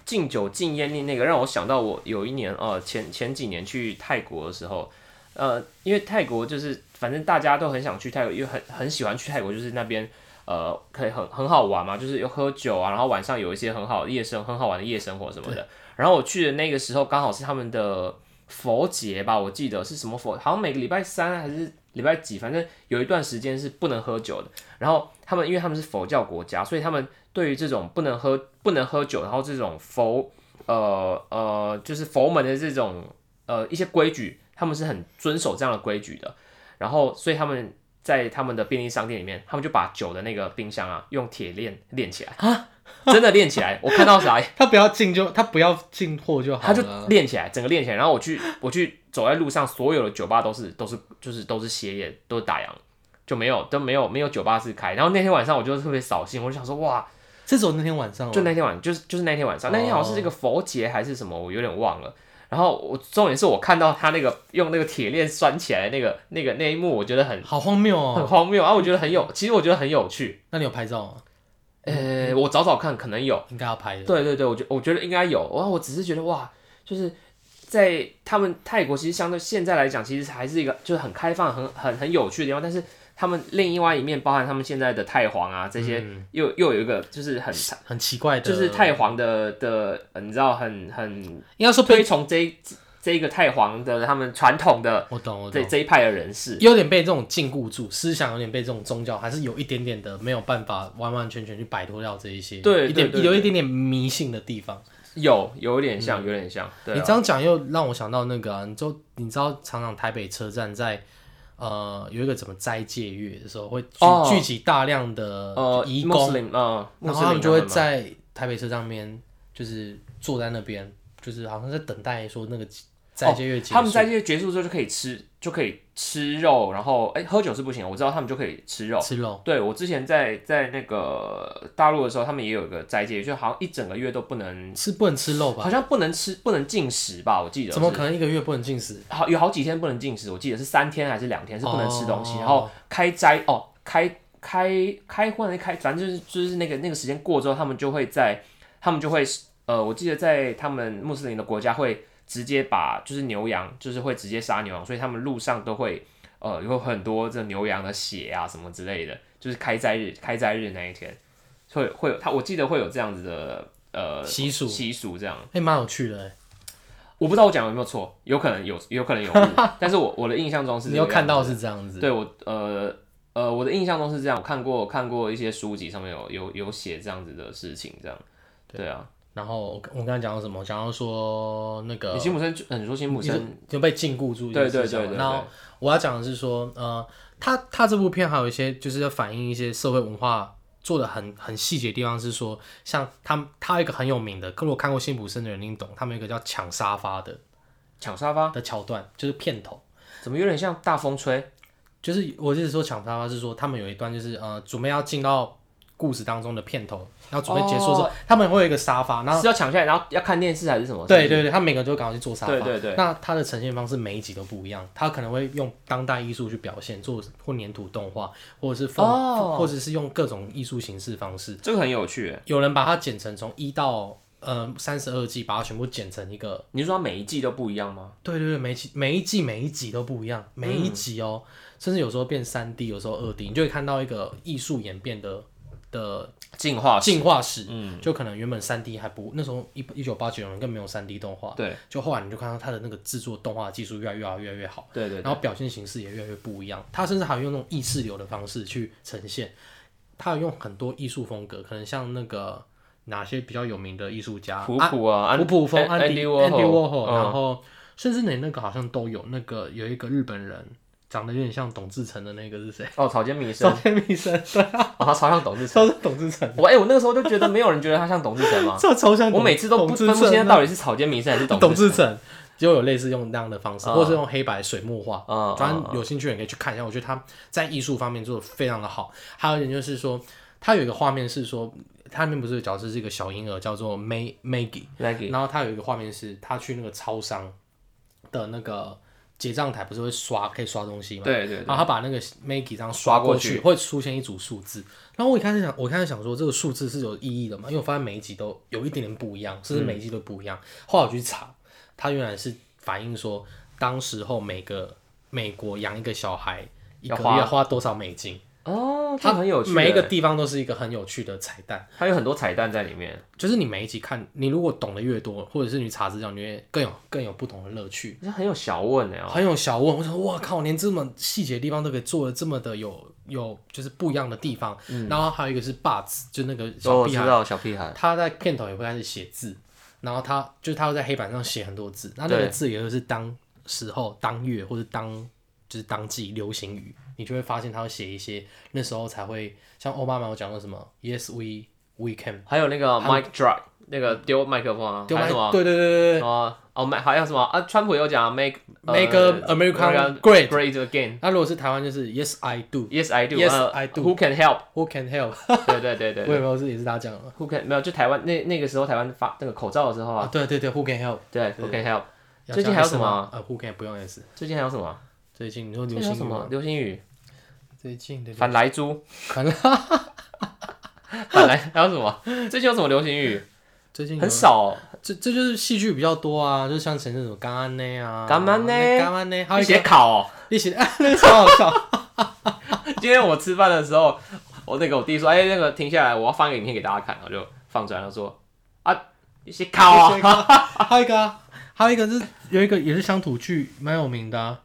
S1: 禁酒禁烟令那个，让我想到我有一年呃前前几年去泰国的时候，呃，因为泰国就是反正大家都很想去泰国，因为很很喜欢去泰国，就是那边呃可以很很好玩嘛，就是有喝酒啊，然后晚上有一些很好的夜生很好玩的夜生活什么的。然后我去的那个时候刚好是他们的佛节吧，我记得是什么佛，好像每个礼拜三还是礼拜几，反正有一段时间是不能喝酒的。然后他们因为他们是佛教国家，所以他们对于这种不能喝不能喝酒，然后这种佛呃呃就是佛门的这种呃一些规矩，他们是很遵守这样的规矩的。然后所以他们在他们的便利商店里面，他们就把酒的那个冰箱啊用铁链链起来啊，真的链起来，我看到啥
S2: 他不要进就他不要进货就好
S1: 他就
S2: 了。
S1: 练起来，整个练起来。然后我去，我去走在路上，所有的酒吧都是都是就是都是歇业，都是打烊，就没有都没有没有酒吧是开。然后那天晚上我就特别扫兴，我就想说哇，
S2: 这种那天晚上哦，
S1: 就那天晚就是就是那天晚上，那天好像是这个佛节还是什么，我有点忘了。然后我重点是我看到他那个用那个铁链拴起来的那个那个那一幕，我觉得很
S2: 好荒谬
S1: 很
S2: 哦。
S1: 荒谬啊，我觉得很有，其实我觉得很有趣。
S2: 那你有拍照吗？
S1: 呃，我找找看，可能有。
S2: 应该要拍的。
S1: 对对对，我觉我觉得应该有哇，我只是觉得哇，就是在他们泰国其实相对现在来讲，其实还是一个就是很开放、很很很有趣的地方，但是他们另外一面，包含他们现在的太皇啊这些，又又有一个就是很
S2: 很奇怪的，
S1: 就是太皇的的，呃你知道很很
S2: 应该说被
S1: 推崇这一这一个太皇的他们传统的
S2: 我懂我
S1: 这
S2: 懂，
S1: 这一派的人士，
S2: 有点被这种禁锢住，思想有点被这种宗教，还是有一点点的没有办法完完全全去摆脱掉这一些，
S1: 对对
S2: 一点
S1: 对
S2: 有一
S1: 对
S2: 点点迷信的地方。
S1: 有有点像，有点像，对、
S2: 你
S1: 啊，
S2: 这样讲又让我想到那个、啊，你就你知道，常常台北车站在。呃，有一个怎么斋戒月的时候，会聚、
S1: 哦
S2: 聚集大量的
S1: 呃，
S2: 移
S1: 穆斯
S2: 工，
S1: 林啊，穆
S2: 然
S1: 斯
S2: 后
S1: 林
S2: 他们就会
S1: 嘛
S2: 在台北车站边，就是坐在那边，就是好像在等待说那个斋戒月结束。
S1: 哦他们在这些结束之后就可以吃，就可以吃肉，然后哎、喝酒是不行的，我知道他们就可以吃肉。
S2: 吃肉，
S1: 对我之前在在那个大陆的时候，他们也有一个斋戒，就好像一整个月都不能，
S2: 是不能吃肉吧
S1: 好？像不能吃，不能进食吧，我记得
S2: 怎么
S1: 是
S2: 可能一个月不能进食？
S1: 好有好几天不能进食，我记得是三天还是两天是不能吃东西，
S2: 哦
S1: 然后开斋哦，开开开会还是开，反正就是就是那个那个时间过之后，他们就会在他们就会呃，我记得在他们穆斯林的国家会直接把就是牛羊，就是会直接杀牛羊，所以他们路上都会呃有很多这牛羊的血啊什么之类的，就是开斋日开斋日那一天会会有他我记得会有这样子的呃
S2: 习俗
S1: 习俗这样。
S2: 哎、蛮有趣的欸。
S1: 我不知道我讲的有没有错，有可能有，有可能有误，但是我我的印象中是
S2: *laughs* 你
S1: 这个
S2: 有
S1: 样子
S2: 看到是这样子，
S1: 对我呃呃，我的印象中是这样，我看过我看过一些书籍上面有有有写这样子的事情，这样。对啊，
S2: 然后我刚才讲到什么？讲到说那个
S1: 你辛普森就，呃你说辛普
S2: 你说
S1: 森，
S2: 就被禁锢住一
S1: 对
S2: 个
S1: 对
S2: 思想嘛，
S1: 对对
S2: 然后我要讲的是说，呃，他他这部片还有一些就是要反映一些社会文化做的很很细节的地方，是说像他们他有一个很有名的，跟我看过辛普森的人一定懂，他们有一个叫抢沙发的
S1: 抢沙发，
S2: 的桥段，就是片头。
S1: 怎么有点像大风吹？
S2: 就是我就是说抢沙发是说他们有一段就是呃准备要进到故事当中的片头，然后准备结束的时候，他们会有一个沙发，然后
S1: 是要抢下来，然后要看电视还是哦什么？
S2: 啊对
S1: 是不是，
S2: 对对，他每个人都赶快去做沙发。
S1: 对对对
S2: 那它的呈现方式每一集都不一样，他可能会用当代艺术去表现，做或粘土动画，或者是放，
S1: 哦
S2: 或者是用各种艺术形式方式。
S1: 这个很有趣耶。
S2: 有人把它剪成从一到呃三十二季，把它全部剪成一个。
S1: 你是说它每一季都不一样吗？
S2: 对对对，每一集每一季每一集都不一样，每一集哦，甚至有时候变三 D，有时候二 D，你就会看到一个艺术演变的的
S1: 进化史，
S2: 进化史，嗯，就可能原本三 D 还不那时候一一九八九年更没有三 D 动画，
S1: 对，
S2: 就后来你就看到它的那个制作动画技术越来越好，越来越好，
S1: 对对对
S2: 然后表现形式也越来越不一样，它甚至还有用那种意识流的方式去呈现，它有用很多艺术风格，可能像那个哪些比较有名的艺术家，
S1: 普普啊，安
S2: 普普风、
S1: 安
S2: 安迪、
S1: 迪
S2: Andy
S1: Warhol，嗯
S2: Warhol，然哦后甚至连那个好像都有，那个有一个日本人长得有点像董志成的那个是谁？
S1: 哦，草间
S2: *laughs*
S1: 弥生，
S2: 早田弥生，对啊，
S1: 哦，他超像董志成。
S2: 都是董志成。，
S1: 我哎，我那个时候就觉得没有人觉得他像董志成嘛
S2: 这抽象
S1: 啊 *laughs* 我每次都不分不清他到底是草间弥生还是
S2: 啊董
S1: 董
S2: 志
S1: 志成。
S2: 成，就有类似用那样的方式，
S1: 啊
S2: 或是用黑白水墨画。
S1: 啊
S2: 反正有兴趣的人可以去看一下，我觉得他在艺术方面做的非常的好。还有一点就是说，他有一个画面是说，他那边不是有角色是一个小婴儿叫做 May Maggie，
S1: Maggie，
S2: 然后他有一个画面是他去那个超商的那个结账台，不是会刷可以刷东西吗？
S1: 对对对
S2: 然后他把那个 Maggie 这样
S1: 刷
S2: 刷
S1: 过
S2: 过
S1: 去
S2: 去，会出现一组数字。然后我一开始想，我一开始想说这个数字是有意义的嘛，因为我发现每一集都有一点点不一样，甚至每一集都不一样。后来我去查，它原来是反映说当时候每个美国养一个小孩一个
S1: 要
S2: 月
S1: 花
S2: 要花多少美金，
S1: 哦，他很有趣耶，
S2: 每一个地方都是一个很有趣的彩蛋。
S1: 它有很多彩蛋在里面。
S2: 就是你每一集看，你如果懂得越多，或者是你查资料，你会更有更有不同的乐趣。
S1: 这很有小问哎、哦，
S2: 很有小问，我想说，哇靠，连这么细节的地方都可以做的这么的有有，就是不一样的地方。然后还有一个是 Buds，就那个
S1: 嗯
S2: 小
S1: 哦我
S2: 屁
S1: 知
S2: 孩，
S1: 道小屁孩，
S2: 他在片头也会开始写字，然后他就是他会在黑板上写很多字，那那
S1: 对
S2: 个字也就是当时候、当月或者当就是当季流行语，你就会发现他会写一些那时候才会，像奥巴马有讲过什么 Yes we we can，
S1: 还有那个 Mike Drop 那个丢麦克风啊，
S2: 对
S1: 还有什
S2: 吗？
S1: 么
S2: 对对对对对，
S1: 哦哦麦还有什么啊？川普有讲 Make
S2: Make
S1: 呃
S2: America Great
S1: Great Again。
S2: 那如果是台湾就是 Yes I do。
S1: Yes, I do.
S2: Yes,
S1: 呃
S2: I do
S1: Who can
S2: *laughs*
S1: help？
S2: Who can help？
S1: 对对对对
S2: 我
S1: 对
S2: 也不知道是也是他讲的
S1: ，Who can 没有？就台湾那那个时候台湾发那个口罩的时候
S2: 啊
S1: 啊，，
S2: 对对对，Who can help？
S1: 对，Who can help？
S2: 要
S1: 最近
S2: 加
S1: 还有
S2: S
S1: 什么啊
S2: 吗？呃，Who can 不用 S。
S1: 最近还有什么？啊
S2: 最近你说
S1: 最
S2: 流
S1: 近有
S2: 行
S1: 什
S2: 语吗？
S1: 么流星雨？
S2: 最近的流
S1: 反来猪，
S2: 反来，
S1: 反来还有什么？最近有什么流行语？
S2: 最近有
S1: 很，少哦。
S2: 这这就是戏剧比较多啊，就像前阵子有干安内啊，
S1: 干安内
S2: 干安内，还有
S1: 你
S2: 一
S1: 写
S2: 个
S1: 考哦。
S2: 一 *laughs* 起，那个超好
S1: *laughs*
S2: 笑，
S1: 今天我吃饭的时候，我那个我弟说，哎、那个停下来，我要放一个影片给大家看，我就放出来，他说啊，一些考啊，
S2: 还有一个啊，还有一个是有一个也是乡土剧蛮有名的啊，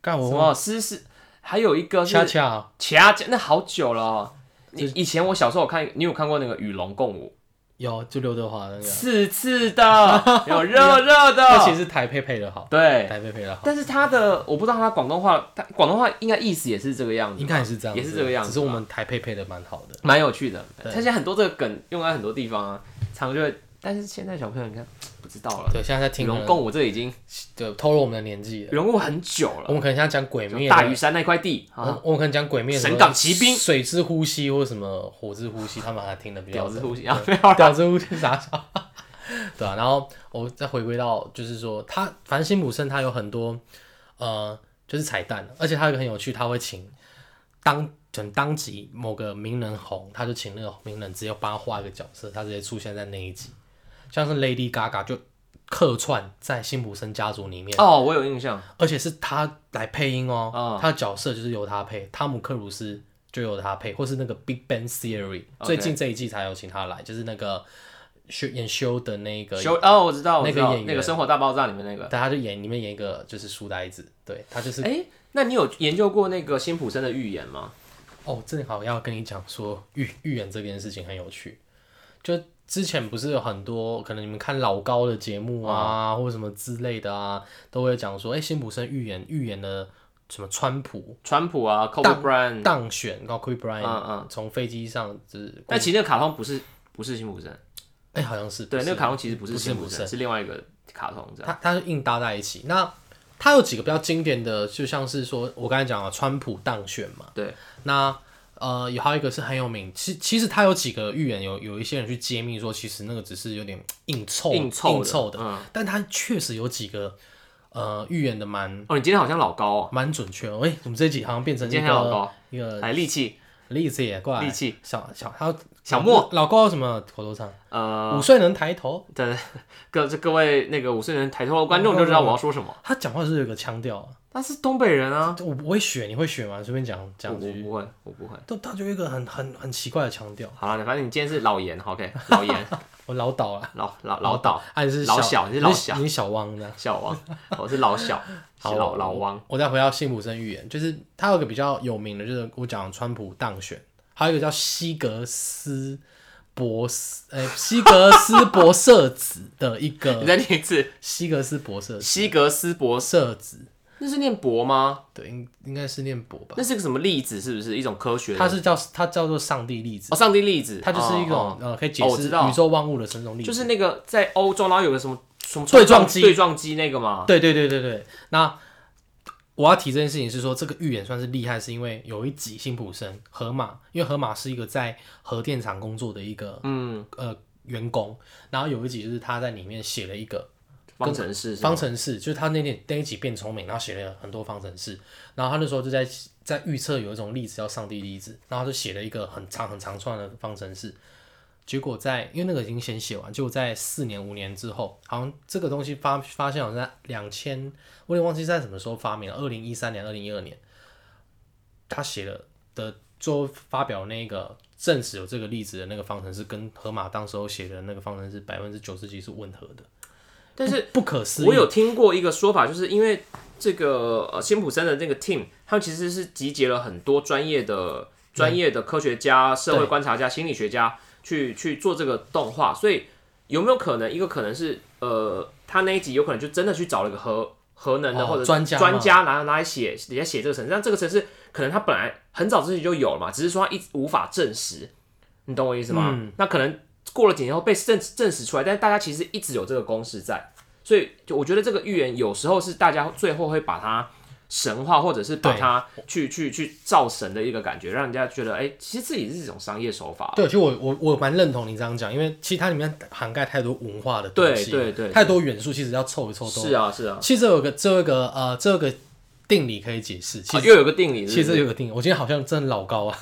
S2: 干
S1: 什
S2: 我忘
S1: 么诗是，还有一个
S2: 了
S1: 是
S2: 恰恰啊
S1: 恰恰，那好久了哦、你以前我小时候有看，你有看过那个与龙共舞，
S2: 有就刘德华的那个，
S1: 刺刺的，有
S2: *laughs*
S1: 热热
S2: 啊那其实
S1: 的，
S2: 是台配配的好，
S1: 对。
S2: 台配配的好，
S1: 但是他的我不知道他广东话，他广东话应该意思也是这个样子
S2: 应，该也是这样子，
S1: 也
S2: 啊
S1: 是这个样子啊
S2: 只是我们台配配的蛮好的。
S1: 蛮有趣的。他现在很多这个梗用在很多地方啊，常就会，但是现在小朋友你看不知道了。
S2: 对，现在在
S1: 与
S2: 听
S1: 龙
S2: 的
S1: 共舞这已经
S2: 对，透露我们的年纪了。
S1: 与龙共舞很久了
S2: 我。们可能现在讲鬼灭的，
S1: 大屿山那块地
S2: 我
S1: 啊，
S2: 们我们可能讲鬼灭的时候，
S1: 神港奇兵
S2: 水之呼吸或什么火之呼吸，他们还听的比较
S1: 屌丝
S2: 多。
S1: 呼吸啊，没有啦
S2: 屌之呼吸傻笑，对啊。然后我再回归到，就是说他，反正辛普森他有很多呃，就是彩蛋，而且他有一个很有趣，他会请当可能当集某个名人红，他就请那个名人直接帮他画一个角色，他直接出现在那一集，像是 Lady Gaga 就客串在辛普森家族里面。
S1: *laughs* 哦，我有印象，
S2: 而且是他来配音哦，
S1: 啊
S2: 他的角色就是由他配，汤姆克鲁斯就由他配，或是那个 Big Bang Theory，、
S1: OK
S2: 最近这一季才有请他来，就是那个修演修的那个
S1: 修哦，我知道，我知
S2: 那
S1: 道
S2: 个演员
S1: 那个《生活大爆炸》里面那个。
S2: 但他就演里面演一个就是书呆子，对他就是、
S1: 哎、那你有研究过那个辛普森的预言吗？
S2: 哦，正好要跟你讲说预预言这件事情很有趣，就之前不是有很多可能你们看老高的节目啊，或者什么之类的啊，都会讲说，哎、辛普森预言预言了什么川普
S1: 川普啊，Kobe Bryant，
S2: 当嗯选，然后 Kobe
S1: 嗯哎
S2: Bryant 从、飞机上就是，
S1: 但其实那个卡通不是不是辛普森，
S2: 哎、好像是
S1: 对，那个卡啊通其实不
S2: 不是
S1: 辛
S2: 辛
S1: 普
S2: 普
S1: 森，是另外一个卡通这样。
S2: 它它是硬搭在一起。那它有几个比较经典的，就像是说我刚才讲了，川普当选嘛，
S1: 对，
S2: 那呃，有还有一个是很有名，其其实他有几个预言，有有一些人去揭秘说，其实那个只是有点硬凑
S1: 硬凑的
S2: 的，
S1: 嗯
S2: 但他确实有几个呃预言的蛮
S1: 哦，你今天好像老高哦，
S2: 蛮准确的。哎、我们这一集好像变成一
S1: 今天还有老
S2: 个
S1: 高
S2: 一个
S1: 哎，力气，
S2: 例子也过来，
S1: 力气
S2: 小小还有
S1: 小莫
S2: 老高有什么口头禅？
S1: 呃，
S2: 五岁能抬头，
S1: 对，各这各位那个五岁人抬头的观
S2: 嗯
S1: 众就知道我要说什么。
S2: 他讲话是有个腔调啊，
S1: 他是东北人啊，
S2: 就我不会学，你会学吗？随便讲
S1: 我
S2: 讲
S1: 我
S2: 句，
S1: 不会，我不会。
S2: 都他就有一个很很很奇怪的腔调，
S1: 好了，反正你今天是老严好，OK，老
S2: *laughs*
S1: 严，
S2: 我老倒了，
S1: 老老老导，
S2: 啊你是
S1: 老小
S2: 小，
S1: 你是老小
S2: 你是小汪的。
S1: 小王，我是老小，是
S2: 好嗯
S1: 老老王。
S2: 我再回到辛普森预言，就是他有个比较有名的，就是我讲川普当选，还有一个叫西格斯博斯，呃、西格斯博瑟子的一
S1: 你 *laughs*
S2: 个
S1: 再念一次，
S2: 西格斯博瑟
S1: 西格斯博士，
S2: 瑟子，
S1: 那是念博吗？
S2: 对，应应该是念博吧？
S1: 那是个什么粒子？是不是一种科学的？
S2: 它是叫它叫做上帝粒子
S1: 哦，，上帝粒子，
S2: 它就是一种、
S1: 哦哦
S2: 呃可以解
S1: 哦我
S2: 释
S1: 知道
S2: 宇宙万物的神种粒子，
S1: 就是那个在欧洲，然后有个什么什么
S2: 对撞机
S1: 对撞机那个嘛。
S2: 对对对对对。那我要提这件事情是说，这个预言算是厉害，是因为有一集辛普森河马，因为河马是一个在核电厂工作的一个嗯呃员工，然后有一集就是他在里面写了一个
S1: 方程式是吗
S2: 方程式，就是他那天那一集变聪明，然后写了很多方程式，然后他那时候就在在预测有一种粒子叫上帝粒子，然后他就写了一个很长很长串的方程式。结果在因为那个已经先写完，结果在四年五年之后，好像这个东西发发现好像在两千，我也忘记在什么时候发明了，二零一三年、二零一二年，他写了的最后发表那个证实有这个例子的那个方程式，跟河马当时候写的那个方程式百分之九十几是吻合的，
S1: 但是
S2: 不可思议。
S1: 我有听过一个说法，就是因为这个呃辛普森的那个 team，他们其实是集结了很多专业
S2: 嗯
S1: 的、专业的科学家、社会观察家、心理学家去去做这个动画，所以有没有可能一个可能是呃，他那一集有可能就真的去找了一个核核能的、
S2: 哦
S1: 或者
S2: 专家嘛
S1: 专家拿拿来写，人家写这个城市，但这个城市可能他本来很早之前就有了嘛，只是说他一直无法证实，你懂我意思吗？
S2: 嗯
S1: 那可能过了几年后被证证实出来，但是大家其实一直有这个公式在，所以就我觉得这个预言有时候是大家最后会把它神化，或者是把
S2: 对
S1: 它去去去造神的一个感觉，让人家觉得哎、其实这也是一种商业手法。
S2: 对，其实我我我蛮认同你这样讲，因为其实它里面涵盖太多文化的东
S1: 对
S2: 西，
S1: 对对
S2: 太多元素，其实要凑一凑都。
S1: 是啊是啊，
S2: 其实这有个这有个呃这有个定理可以解释，其
S1: 啊
S2: 实、
S1: 又有个定理是不
S2: 其
S1: 是，
S2: 实有个定理，我今天好像真的老高啊，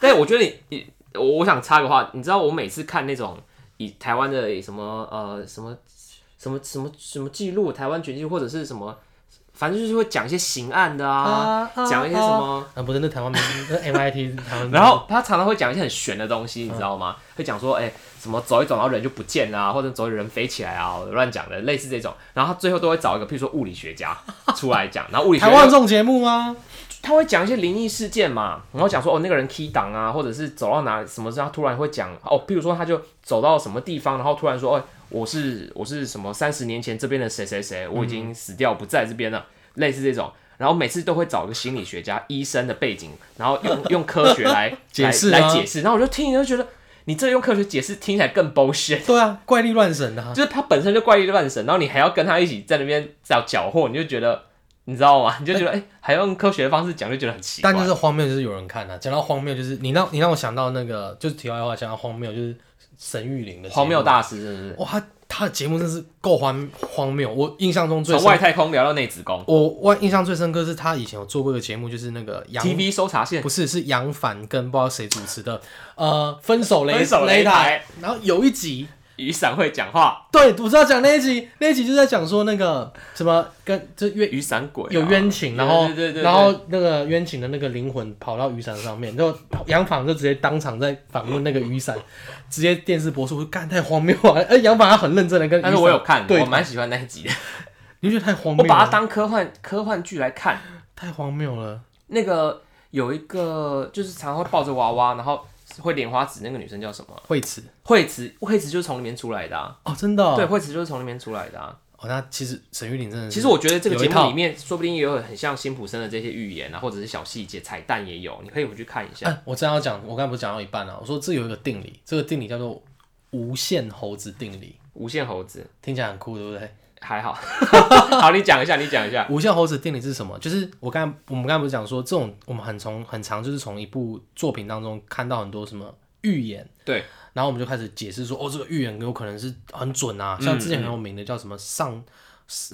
S1: 但我觉得你你我我想插个话，你知道我每次看那种以台湾的什么呃什么什么什么什么记录，台湾全记录或者是什么，反正就是会讲一些刑案的啊，讲、一些什么。
S2: 啊不是那台湾名，
S1: *laughs*
S2: 那 MIT 台湾名，
S1: 然后他常常会讲一些很玄的东西，你知道吗？会讲说，哎、什么走一走，然后人就不见啦、或者走一走人飞起来啊，乱讲的，类似这种。然后他最后都会找一个，譬如说物理学家出来讲，然后物理学
S2: 台湾有
S1: 家
S2: 这种节目吗？
S1: 他会讲一些灵异事件嘛，然后讲说哦那个人 key 档啊，或者是走到哪什么时候他突然会讲哦，譬如说他就走到什么地方，然后突然说哦我是我是什么三十年前这边的谁谁谁，我已经死掉不在这边了，类似这种。然后每次都会找一个心理学家、医生的背景，然后用 *laughs* 用科学来
S2: *laughs* 解释
S1: 来
S2: 啊
S1: 来解释。然后我就听，就觉得你这用科学解释听起来更 bullshit。
S2: *laughs* 对啊，怪力乱神的、啊，
S1: 就是他本身就怪力乱神，然后你还要跟他一起在那边找搅和，你就觉得你知道吗？你就觉得哎、还要用科学的方式讲，就觉得很奇怪。
S2: 但就是荒谬，就是有人看啊。讲到荒谬，就是你让你让我想到那个，就是题外话，讲到荒谬，就是沈玉玲的节目
S1: 荒谬大师是不是？
S2: 哇，他他的节目真是够荒荒谬，我印象中最
S1: 从
S2: 深
S1: 外太空聊到内子宫
S2: 我我印象最深刻是他以前有做过一个节目，就是那个杨
S1: ，TV 搜查线
S2: 不是是杨凡跟不知道谁主持的，呃，分手擂
S1: 分手擂台
S2: 擂台。然后有一集
S1: 雨伞会讲话，
S2: 对，我知道讲那一集，那一集就在讲说那个什么跟就冤
S1: 雨伞鬼啊、
S2: 有冤情，然后
S1: 对对对对
S2: 然后那个冤情的那个灵魂跑到雨伞上面，然后杨仿就直接当场在访问那个雨伞， *laughs* 直接电视播出，我干太荒谬了。哎，杨仿他很认真的跟雨伞，
S1: 但是我有看，
S2: 对
S1: 我，蛮喜欢那一集的，
S2: 你觉得太荒
S1: 我
S2: 谬了，
S1: 把它当科幻科幻剧来看。
S2: 太荒谬了。
S1: 那个有一个就是常常会抱着娃娃，然后会莲花指那个女生叫什么？
S2: 惠子
S1: 惠慈，惠慈就是从里面出来的、啊，
S2: 哦，真的、哦，
S1: 对，惠慈就是从里面出来的、啊。
S2: 哦，那其实沈玉玲真的是，
S1: 其实我觉得这个
S2: 有一
S1: 节
S2: 套
S1: 目里面，说不定也有很像辛普森的这些预言啊，或者是小细节、彩蛋也有，你可以回去看一下。
S2: 哎，我正要讲，我刚才不是讲到一半啊了、我说这有一个定理，这个定理叫做无限猴子定理，
S1: 无限猴子
S2: 听起来很酷，对不对？
S1: 还好， *laughs* 好，你讲一下，你讲一下。
S2: 无限猴子定理是什么？就是我刚才我们刚才不是讲说，这种我们很从很常就是从一部作品当中看到很多什么预言，
S1: 对，
S2: 然后我们就开始解释说，哦，这个预言有可能是很准啊，像之前很有名的叫什么上。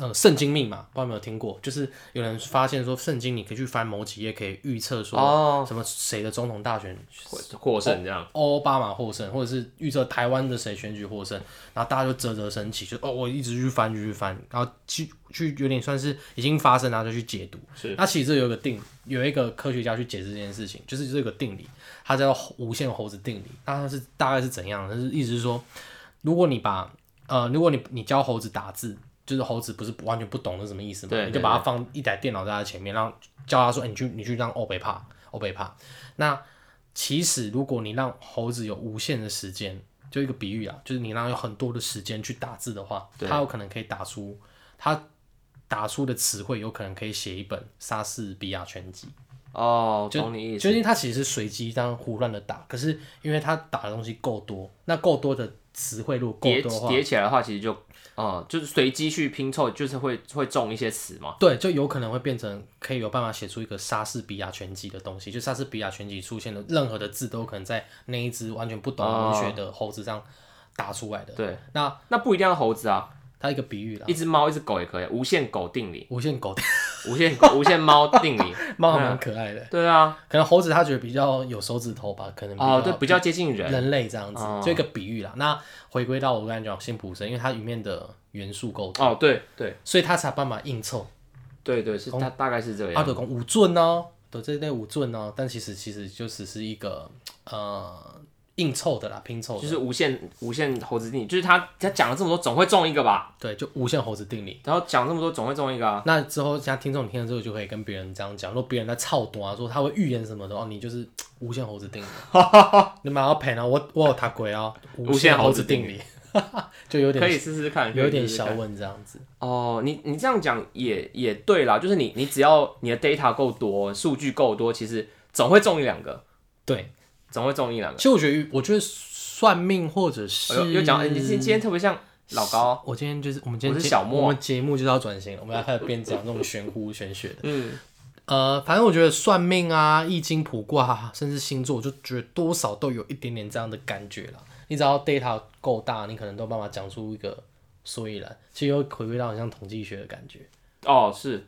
S2: 呃，圣经密码，不知道有没有听过？就是有人发现说，圣经你可以去翻某几页，可以预测说
S1: 哦，
S2: 什么谁的总统大选
S1: 获获胜这样，
S2: 奥巴马获胜，或者是预测台湾的谁选举获胜，然后大家就啧啧升起，就哦，我一直去翻，一直去翻，然后去去有点算是已经发生，然后就去解读。
S1: 是
S2: 那其实有一个定，有一个科学家去解释这件事情，就是这个定理，它叫无限猴子定理。那它是大概是怎样的？就是意思是说，如果你把呃，如果你你教猴子打字，就是猴子不是完全不懂是什么意思嘛，
S1: 对
S2: 你
S1: 对
S2: 就把它放一台电脑在它前面，然后教他说，哎、你去你去让欧北帕欧北帕。那其实如果你让猴子有无限的时间，就一个比喻啊，就是你让它有很多的时间去打字的话，
S1: 对
S2: 它有可能可以打出它打出的词汇有可能可以写一本莎士比亚全集。
S1: 哦，
S2: 就
S1: 懂你意思。
S2: 究竟它其实是随机这样胡乱的打，可是因为它打的东西够多，那够多的词汇如果够
S1: 叠
S2: 多的话，
S1: 叠起来的话，其实就，哦，就是随机去拼凑，就是会会中一些词嘛。
S2: 对，就有可能会变成可以有办法写出一个莎士比亚全集的东西，就莎士比亚全集出现的任何的字都有可能在那一只完全不懂文学的猴子上打出来的。
S1: 对，
S2: 那
S1: 那不一定要猴子啊，
S2: 它一个比喻啦
S1: 一，只猫、一只狗也可以，无限狗定理，
S2: 无限狗
S1: 无限 *laughs* 狗、无限猫定理。
S2: 猫还蛮可爱的，
S1: 对 *laughs* 啊，
S2: 可能猴子它觉得比较有手指头吧，可能比较
S1: 哦，对，比较接近人。
S2: 人类这样子
S1: 哦，
S2: 就一个比喻啦。那回归到我刚才讲辛普森，因为它里面的元素够多，
S1: 哦，对对
S2: 所以它才有办法硬凑。
S1: 对对，
S2: 哦
S1: 啊是它大概是这
S2: 阿
S1: 样。
S2: 德讲啊五准哦，对，这类五准哦，但其实其实就只是一个呃硬凑的啦，拼凑
S1: 就
S2: 的，
S1: 是无限无限猴子定理，就是他他讲了这么多，总会中一个吧？
S2: 对，就无限猴子定理。
S1: 然后讲这么多，总会中一个啊。
S2: 那之后，现在听众你听了之后，就可以跟别人这样讲，如果别人在操多啊，说他会预言什么的，哦，你就是嘖无限猴
S1: *laughs*
S2: 子定理，你蛮要赔啊，我我有他鬼啊，
S1: 无
S2: 限
S1: 限
S2: 猴
S1: 猴
S2: 子
S1: 子
S2: 定
S1: 定
S2: 理， *laughs* 就有
S1: 可
S2: 点
S1: 以试试看，可以
S2: 有点
S1: 试试
S2: 小
S1: 看
S2: 问这样子，
S1: 哦。你你这样讲也也对啦，就是你你只要你的 data 够多，数据够多，其实总会中一两个，
S2: 对。
S1: 总会中一两个。
S2: 其实我觉得，我觉得算命或者是
S1: 哎呦又讲，哎你今天特别像老高，
S2: 我今天就是我们今天
S1: 我是
S2: 节
S1: 小莫
S2: 我们节目就是要转型了，我们要开始变讲那种玄乎玄学 *laughs* 的。
S1: 嗯，
S2: 呃，反正我觉得算命啊、易经、卜卦、啊，甚至星座，我就觉得多少都有一点点这样的感觉啦。你只要 data 够大，你可能都有办法讲出一个所以然。其实又回归到很像统计学的感觉。
S1: 哦是。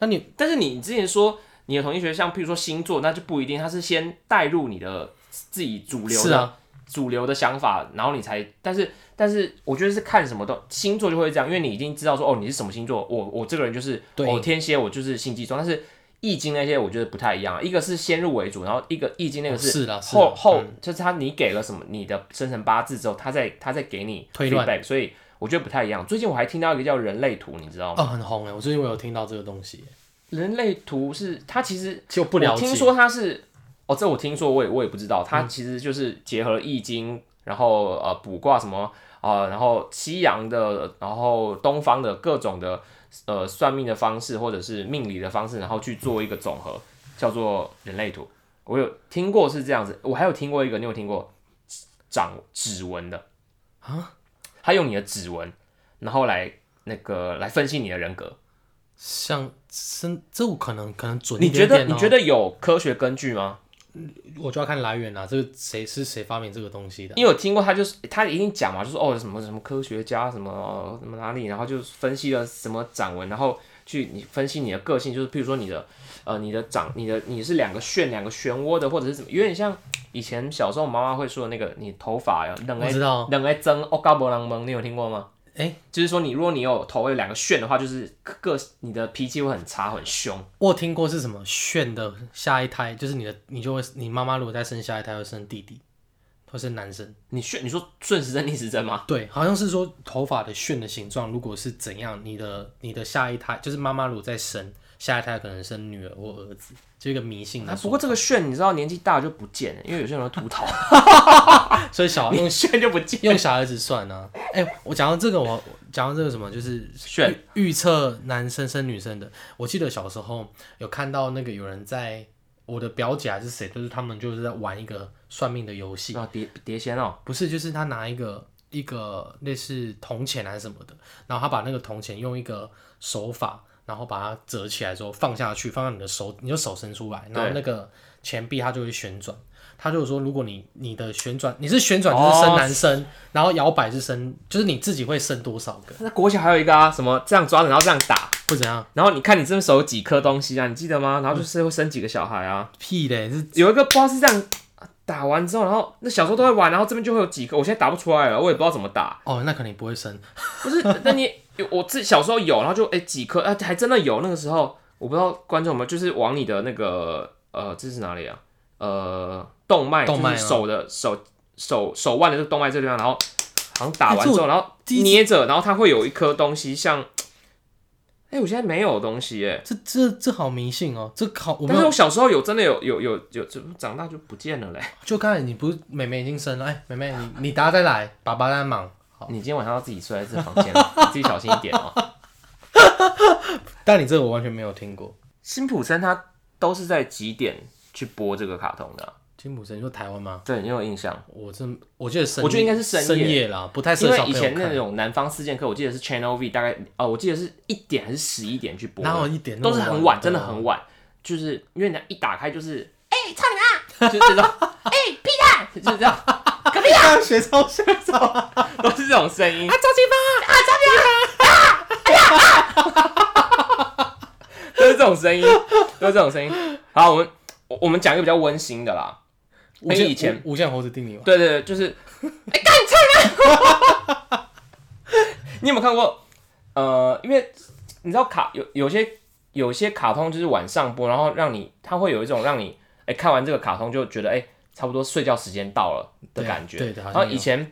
S2: 那你
S1: 但是你之前说你的统计学像，譬如说星座，那就不一定，它是先带入你的自己主流的
S2: 是啊，
S1: 主流的想法，然后你才，但是但是我觉得是看什么都星座就会这样，因为你已经知道说哦你是什么星座，我我这个人就是
S2: 对
S1: 我天蝎，我就是心机重，但是易经那些我觉得不太一样啊，一个是先入为主，然后一个易经那个
S2: 是啦哦是啦
S1: 后
S2: 嗯
S1: 后就是他你给了什么你的生辰八字之后，他再他再给你
S2: 推断
S1: feedback，所以我觉得不太一样。最近我还听到一个叫人类图，你知道吗？
S2: 哦，很红哎，我最近我有听到这个东西耶，
S1: 人类图是它其实
S2: 就不了
S1: 我
S2: 解。嗯
S1: 听说它是哦，这我听说，我也我也不知道，它其实就是结合了易经，然后呃卜卦什么啊、呃然后西洋的，呃然后东方的各种的呃算命的方式或者是命理的方式，然后去做一个总和，叫做人类图。我有听过是这样子，我还有听过一个，你有听过掌指纹的
S2: 啊？
S1: 他用你的指纹，然后来那个来分析你的人格。
S2: 像生这我可能可能准一
S1: 你觉
S2: 点
S1: 得
S2: 点、哦。
S1: 你觉得有科学根据吗？
S2: 我就要看来源啦，这个谁是谁发明这个东西的？啊
S1: 因为我听过他就是他一定哦讲嘛，就是哦什么什么科学家什么、呃什么哪里，然后就分析了什么掌纹，然后去你分析你的个性，就是譬如说你的呃你的长你的你是两个漩两个漩涡的，或者是怎么，有点像以前小时候妈妈会说的那个你头发呀冷
S2: 我
S1: 哎
S2: 知道，啊
S1: 冷哎蒸哦嘎波浪蒙，你有听过吗？
S2: 哎
S1: 就是说你如果你有头有两个旋的话，就是个你的脾气会很差很凶。
S2: 我有听过是什么炫的下一胎，就是你的，你就会，你妈妈如果再生下一胎，会生弟弟，会生男生。
S1: 你炫你说顺时针逆时针吗？
S2: 对，好像是说头发的炫的形状，如果是怎样，你的你的下一胎就是妈妈如果再生下一胎，可能生女儿或儿子，就一个迷信
S1: 啊
S2: 的
S1: 不
S2: 说。
S1: 过这个炫你知道年纪大了就不见了，因为有些人会秃头，
S2: 所以小用
S1: *laughs* 你炫就不见。
S2: 用小孩子算呢、啊？哎、我讲到这个，我我讲到这个什么，就是
S1: 炫
S2: 预预测男生生女生的。我记得小时候有看到那个有人在我的表姐还是谁，就是他们就是在玩一个算命的游戏。
S1: 啊碟碟仙哦，
S2: 不是，就是他拿一个一个类似铜钱还是什么的，然后他把那个铜钱用一个手法，然后把它折起来之后放下去，放到你的手，你就手伸出来，然后那个钱币它就会旋转。他就说，如果你你的旋转你是旋转
S1: 哦
S2: 就是生男生，然后摇摆是生，就是你自己会生多少个，
S1: 那国小还有一个啊，什么这样抓着然后这样打，
S2: 不怎样
S1: 然后你看你这边手有几颗东西啊，你记得吗？然后就是会生几个小孩啊，
S2: 屁嘞，是
S1: 有一个不知道是这样打完之后，然后那小时候都会玩，然后这边就会有几颗，我现在打不出来了，我也不知道怎么打。
S2: 哦，那肯定不会生。
S1: 不是，那你我自小时候有，然后就哎、几颗，哎、还真的有。那个时候我不知道观众有没有，就是往你的那个呃，这是哪里啊？呃，动脉，
S2: 动脉
S1: 就是
S2: 吗
S1: 手的手手手腕的这个动脉这个地方，然后好像打
S2: 哎
S1: 完
S2: 这
S1: 之
S2: 我
S1: 后，然后
S2: 第一次
S1: 捏着，然后它会有一颗东西像，哎、我现在没有东西哎、
S2: 这这这好迷信哦，这好我
S1: 但
S2: 们
S1: 是我小时候有真的有有有有，就长大就不见了嘞。
S2: 就刚才你不是妹妹已经生了，哎，妹妹你你等下再来，爸爸在忙，
S1: 你今天晚上要自己睡在这房间 *laughs* 哦，你自己小心一点哦。
S2: 但你这个我完全没有听过。
S1: 辛普森他都是在几点去播这个卡通的啊、
S2: 金普森，你说台湾吗？
S1: 对，你有印象？
S2: 我真我记得深夜，
S1: 我觉得应该是深
S2: 深
S1: 夜
S2: 啦，不太适
S1: 因
S2: 合
S1: 为
S2: 小朋
S1: 以
S2: 友
S1: 前那
S2: 看。
S1: 种南方四剑客，我记得是 Channel V，大概哦，我记得是一点还是十一点去播的，
S2: 哪有一点那
S1: 都
S2: 么
S1: 是很
S2: 晚
S1: 晚，啊
S2: 的
S1: 真的很晚。就是因为人家一打开就是，哎、操你妈， *laughs* 就是这
S2: *laughs*
S1: 种，哎、屁 *laughs* 蛋，就是这样，
S2: 隔壁啊，学超像啊，
S1: *laughs* 都是这种声音。啊
S2: 周金发，
S1: *laughs* 都是这种声音，都是这种声音。好，我们我我们讲一个比较温馨的啦。
S2: 无限
S1: 哎以前
S2: 无无限猴子定理嘛，
S1: 对对对，就是，
S2: *laughs*
S1: 哎、 *laughs* 干你有没有看过？呃，因为你知道卡有有些有些卡通就是晚上播，然后让你它会有一种让你哎、看完这个卡通就觉得哎、差不多睡觉时间到了的
S2: 对
S1: 感觉。
S2: 对的好
S1: 然
S2: 像
S1: 后以前。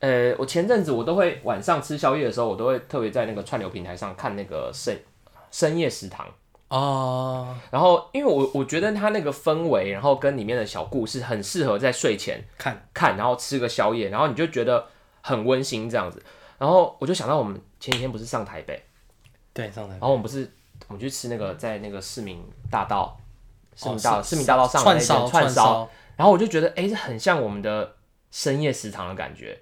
S1: 呃，我前阵子我都会晚上吃宵夜的时候，我都会特别在那个串流平台上看那个深深夜食堂。
S2: 哦，
S1: 然后，因为我我觉得它那个氛围，然后跟里面的小故事很适合在睡前
S2: 看
S1: 看，然后吃个宵夜，然后你就觉得很温馨这样子。然后我就想到我们前几天不是上台北，
S2: 对上台
S1: 然后我们不是我们去吃那个在那个市民大道，市民大道、
S2: 哦
S1: 市民大道上的那
S2: 串
S1: 间
S2: 烧
S1: 串烧，
S2: 烧，
S1: 然后我就觉得哎，诶这很像我们的深夜食堂的感觉，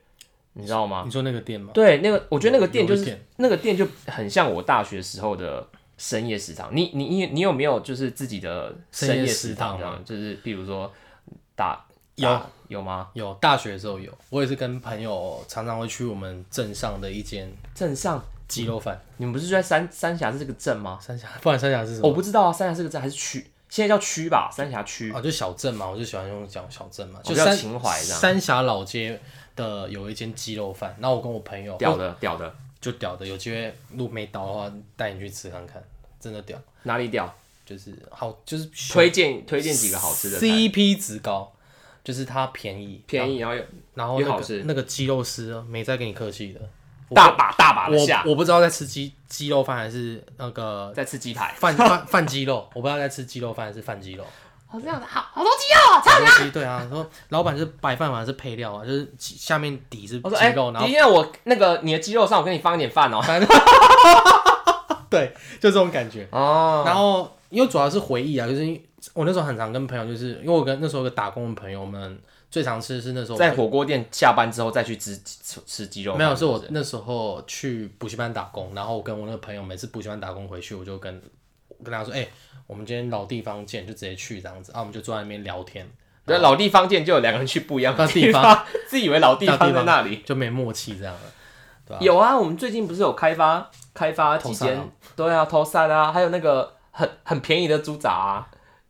S1: 你知道吗？
S2: 你说那个店吗？
S1: 对，那个我觉得那个
S2: 有
S1: 店
S2: 有
S1: 就是
S2: 一点
S1: 那个店就很像我大学时候的深夜食堂。你你你你有没有就是自己的
S2: 深夜
S1: 夜
S2: 食
S1: 食
S2: 堂
S1: 堂
S2: 吗
S1: 呢？就是比如说打
S2: 有
S1: 打有吗？
S2: 有大学的时候有，我也是跟朋友常常会去我们镇上的一间
S1: 镇上，
S2: 鸡肉饭，
S1: 你们不是就在三三峡是这个镇吗？
S2: 三峡，不然三峡是什
S1: 我
S2: 么？
S1: 不知道啊，三峡是个镇还是区？现在叫区吧，三峡区。
S2: 哦，就小镇嘛，我就喜欢用讲小镇嘛，
S1: 哦
S2: 就
S1: 比较
S2: 三
S1: 情怀这样
S2: 三峡老街的有一间鸡肉饭，然后我跟我朋友，
S1: 屌的屌的，
S2: 就屌的，有机会路没倒的话，带你去吃看看，真的屌，
S1: 哪里屌？
S2: 就是好，就是
S1: 推荐推荐几个好吃的菜，
S2: CP 值高，就是它便宜，
S1: 便宜，然后有
S2: 然后
S1: 又
S2: 那
S1: 好
S2: 个
S1: 吃
S2: 那个鸡肉丝啊没再跟你客气的，
S1: 大把大把的下，
S2: 我我不知道在吃鸡鸡肉饭还是那
S1: *laughs*
S2: 个
S1: 再吃鸡排。
S2: 饭饭饭鸡肉，我不知道在吃鸡肉饭还是饭鸡肉。
S1: 哦，这样子，好好多鸡肉啊！操！
S2: 东西对啊，说老板是白饭还是配料啊？就是鸡下面底是鸡
S1: 我说，哎，
S2: 肉，然后
S1: 迪亚，我那个你的鸡肉上，我给你放一点饭哦。
S2: 对，就这种感觉。
S1: 哦，
S2: 然后因为主要是回忆啊，就是因为我那时候很常跟朋友，就是因为我跟那时候有个打工的朋友们最常吃的是那时候
S1: 在火锅店下班之后再去吃吃吃鸡肉饭，
S2: 没有，是
S1: 不
S2: 我那时候去补习班打工，然后我跟我那个朋友每次补习班打工回去，我就跟我跟他说，哎、我们今天老地方见，就直接去这样子，啊，我们就坐在那边聊天，
S1: 对老哦地方店就有两个人去不一样的 *laughs*
S2: 地
S1: 地方，自以为老地方在那里，
S2: 就没默契这样了。对吧、
S1: 有啊，我们最近不是有开发开发几
S2: 投散
S1: 间，对啊，投散啊，还有那个很很便宜的猪杂啊。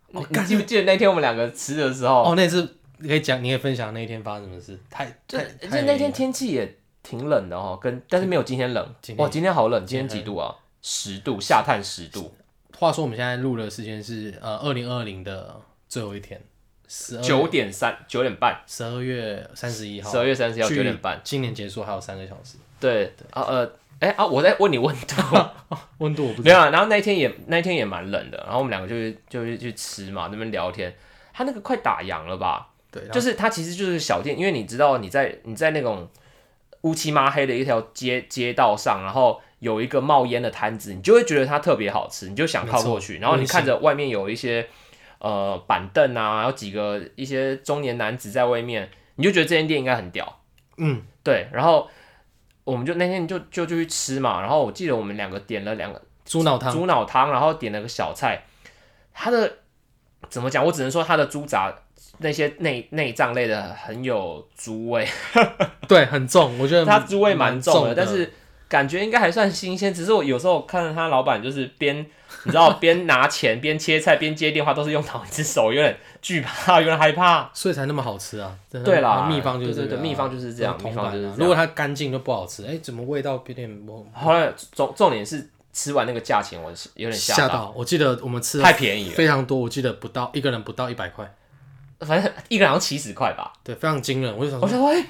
S1: 你你记不记得那天我们两个吃的时候，
S2: 哦，那次你可以讲，你可以分享那一天发生什么事？太
S1: 就
S2: 太
S1: 就
S2: 太
S1: 那天天气也哎挺冷的哦，跟但是没有今天冷。
S2: 今天
S1: 哇，今天好冷，今天几度啊？十度，下探十度，
S2: 话说我们现在录的时间是呃二零二零的最后一天，十二
S1: 九点三九点半，
S2: 十二月三十一号，
S1: 十二月三十一号
S2: 距
S1: 九点半。
S2: 今年结束还有三个小时，
S1: 对啊呃，哎啊，我在问你 *laughs* 问度。
S2: 温度我不知
S1: 没
S2: 道。
S1: 有啊，然后那一天也那一天也蛮冷的，然后我们两个就去就去去吃嘛，那边聊天。他那个快打烊了吧？
S2: 对，啊然后
S1: 就是他其实就是小店，因为你知道你在你在那种乌漆麻黑的一条街街道上，然后有一个冒烟的摊子，你就会觉得它特别好吃，你就想靠过去。然后你看着外面有一些呃板凳啊，然后几个一些中年男子在外面，你就觉得这间店应该很屌。
S2: 嗯，
S1: 对。然后我们就那天就就就去吃嘛，然后我记得我们两个点了两个。
S2: 猪脑汤，
S1: 猪脑汤，然后点了个小菜。它的怎么讲？我只能说它的猪杂那些内内脏类的很有猪味，
S2: 对，很重，我觉得
S1: 它猪味蛮重
S2: 重
S1: 的，但是感觉应该还算新鲜。只是我有时候看着他老板就是边你知道边拿钱边切菜边接电话，都是用同一只手，有点惧怕，有点害怕。
S2: 所以才那么好吃啊。真的
S1: 对啦，
S2: 秘方就是这
S1: 对
S2: 个啊
S1: 对对秘方就是这样，
S2: 同
S1: 秘
S2: 版
S1: 方
S2: 啊
S1: 就是这
S2: 如
S1: 样。
S2: 果它干净就不好吃，哎，怎么味道有点我
S1: 后来重重点是吃完那个价钱，我是有点
S2: 吓
S1: 吓
S2: 到？我记得我们吃
S1: 太
S2: 了
S1: 便宜了，
S2: 非常多，我记得不到一个人不到一百块，
S1: 反正一个人好像七十块吧。
S2: 对，非常惊人。我就想
S1: 我
S2: 说，
S1: 想说，哎、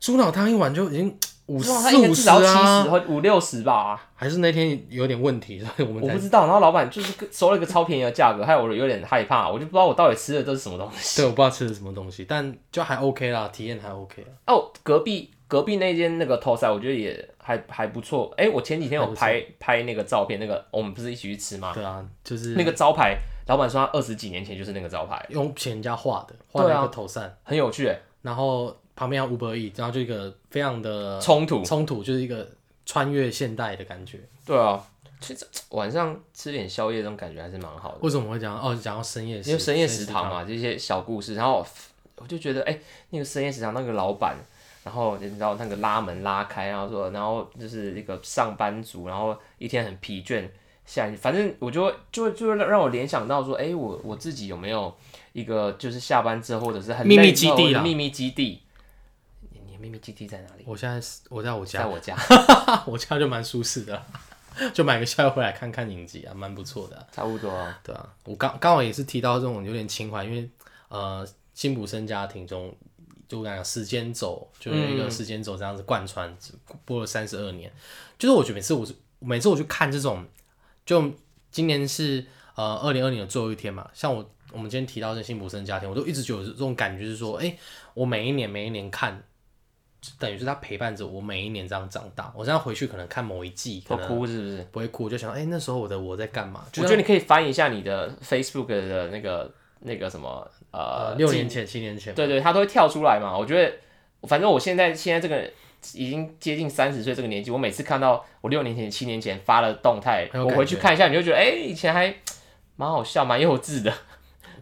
S2: 猪脑汤一碗就已经五
S1: 我
S2: 十
S1: 说他一天
S2: 五
S1: 至
S2: 十
S1: 少七十
S2: 啊，
S1: 或五六十吧，
S2: 还是那天有点问题，所以我们
S1: 我不
S2: 才
S1: 知道。然后老板就是跟收了一个超便宜的价格，害我有点害怕，我就不知道我到底吃的都是什么东西。
S2: 对我不知道吃的什么东西，但就还 OK 啦，体验还 OK 啦。
S1: 哦，隔壁隔壁那间那个头塞，我觉得也还还不错。哎、我前几天有拍拍那个照片，那个我们不是一起去吃吗？
S2: 对啊，就是
S1: 那个招牌，老板说他二十几年前就是那个招牌，
S2: 用钱人家画的，画
S1: 对
S2: 了
S1: 啊
S2: 一个头扇，
S1: 很有趣、欸，
S2: 然后旁边还有 Uber E，然后就一个非常的
S1: 冲突。
S2: 冲突，就是一个穿越现代的感觉。
S1: 对啊，其实晚上吃点宵夜，这种感觉还是蛮好的。
S2: 为什么会讲哦？讲到深夜食，
S1: 因为深夜食堂啊嘛，这些小故事，然后我就觉得，哎、那个深夜食堂那个老板，然后你知道那个拉门拉开，然后说，然后就是一个上班族，然后一天很疲倦，下反正我就会就会就会让我联想到说，哎、我我自己有没有一个就是下班之后或者是很
S2: 秘密
S1: 累
S2: 基
S1: 之后
S2: 地啊
S1: 的
S2: 啦
S1: 秘密基地，你你的秘密基地在哪里？
S2: 我现在是我在我
S1: 在
S2: 家， *laughs*
S1: 我家，
S2: 我家就蛮舒适的啦，就买个宵夜回来看看影集啊，蛮不错的啊、
S1: 差不多啊。
S2: 对啊，我刚刚好也是提到这种有点情怀，因为呃，辛普森家庭中，就我讲时间轴，就是有一
S1: 嗯
S2: 个时间轴这样子贯穿，只播了三十二年。就是我觉得每次我是每次我去看这种，就今年是呃二零二零的最后一天嘛，像我我们今天提到这辛普森家庭，我都一直就有这种感觉，就是说，哎、我每一年每一年看。等于是他陪伴着我每一年这样长大，我这样回去可能看某一季，可
S1: 我
S2: 能
S1: 哭是不是？
S2: 不会哭，我就想，哎、那时候我的我在干嘛？就
S1: 我觉得你可以翻一下你的 Facebook 的那个那个什么
S2: 呃
S1: 呃，
S2: 六年前、七年前，
S1: 对对，他都会跳出来嘛。我觉得，反正我现在现在这个已经接近三十岁这个年纪，我每次看到我六年前、七年前发的动态，
S2: 很有
S1: 我
S2: 感
S1: 回去
S2: 觉
S1: 看一下，你就觉得，哎、以前还蛮好笑、蛮幼稚的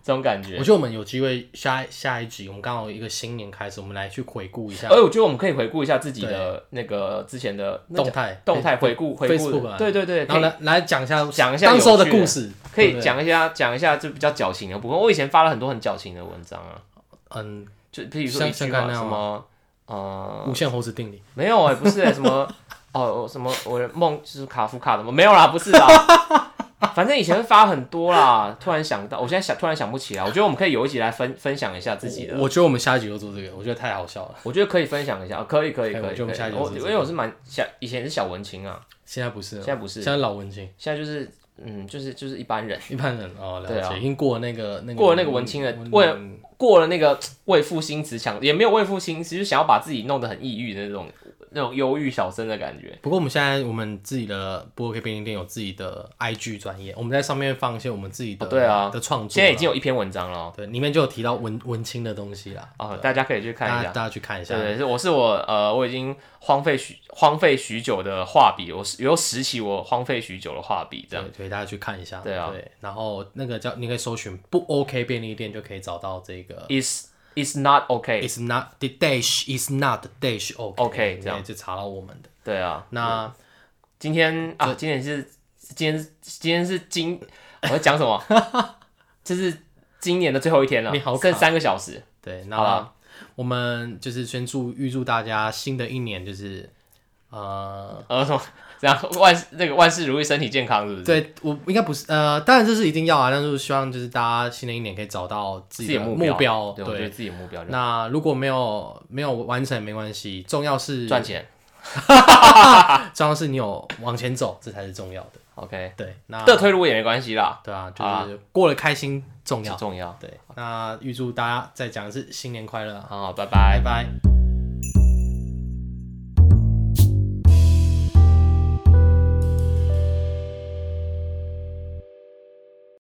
S1: 这种感觉
S2: 我。觉得我们有机会下下一集，我们刚好一个新年开始，我们来去回顾一下
S1: 而且我觉得我们可以回顾一下自己的那个之前的哦那
S2: 动
S1: 叫
S2: 态
S1: 动态回顾，回顾
S2: Facebook 啊
S1: 的对对对，
S2: 然
S1: 可
S2: 后
S1: 以
S2: 来来讲一下
S1: 讲一下
S2: 当时候的
S1: 有趣
S2: 故事，
S1: 可
S2: 对
S1: 以
S2: 不对
S1: 讲一下讲一下就比较矫情的部分。我以前发了很多很矫情的文章啊，
S2: 嗯，
S1: 就譬如说
S2: 像
S1: 一句
S2: 像刚
S1: 话
S2: 那样
S1: 什么呃
S2: 无限猴子定理，
S1: 没有哎、不是、
S2: *laughs*
S1: 欸、什么哦，什么我的梦就是卡夫卡的吗？没有啦，不是啦。 *laughs* 反正以前会发很多啦，突然想到，我现在想突然想不起来。我觉得我们可以有一集来分分享一下自己的，
S2: 我我觉得我们下一集就做这个，我觉得太好笑了。
S1: 我觉得可以分享一下，啊可以可以
S2: 可以
S1: 可
S2: 哎我
S1: 以。
S2: 觉得我们下
S1: 可
S2: 一
S1: 以
S2: 集
S1: 我
S2: 就是这
S1: 因
S2: 个
S1: 为我是蛮小，以前是小文青啊，
S2: 现在不是了，
S1: 现在不是
S2: 现在老文青，
S1: 现在就是嗯，就是就是一般人
S2: 一般人哦，了
S1: 对啊
S2: 解，已经过了那个那个
S1: 过了那个文青的为了过了那个为赋新词强，也没有为赋新词，就是想要把自己弄得很抑郁的那种那种忧郁小生的感觉。
S2: 不过我们现在我们自己的波 OK 便利店有自己的 IG 专业，我们在上面放一些我们自己的、
S1: 哦对啊
S2: 的创作
S1: 现
S2: 啦，
S1: 在已经有一篇文章了哦
S2: 对里面就有提到文文青的东西啦，
S1: 哦，大家可以去看一
S2: 大
S1: 下
S2: 家。大家去看一下
S1: 对。对，是我是我呃，我已经荒废许荒废许久的画笔，我是有时期我荒废许久的画笔这样。
S2: 对，所以大家去看一下。
S1: 对啊
S2: 然后那个叫你可以搜寻不 OK 便利店，就可以找到这个
S1: is is not okay。
S2: It's not the dash is not the dash OK
S1: OK，这样
S2: 样就查到我们的。
S1: 对啊，
S2: 那
S1: 今天啊，今天是今天是今天是今我在讲什么？ *laughs* 就是今年的最后一天了，
S2: 你好卡
S1: 剩三个小时，
S2: 对，
S1: 好
S2: 那
S1: 啦
S2: 我们就是先祝预祝大家新的一年就是呃，
S1: 呃，什么？ *laughs* 这样万事那个万事如意，身体健康，是不是？
S2: 对我应该不是呃，当然这是一定要啊，但是我希望就是大家新的一年可以找到
S1: 自
S2: 自己
S1: 己
S2: 的
S1: 的目
S2: 目
S1: 标，
S2: 标，
S1: 对，我觉得
S2: 对。
S1: 自己的目标就
S2: 那如果没有没有完成也没关系，重要是
S1: 赚钱。
S2: 重要是你有往前走，这才是重要的。
S1: OK，
S2: 对，那
S1: 各推入也没关系啦，
S2: 对啊，
S1: 好
S2: 就是过得开心重
S1: 这
S2: 要。
S1: 重要。
S2: 对，那预祝大家再讲一次新年快乐啊！
S1: 好，拜
S2: 拜
S1: 拜。
S2: 拜。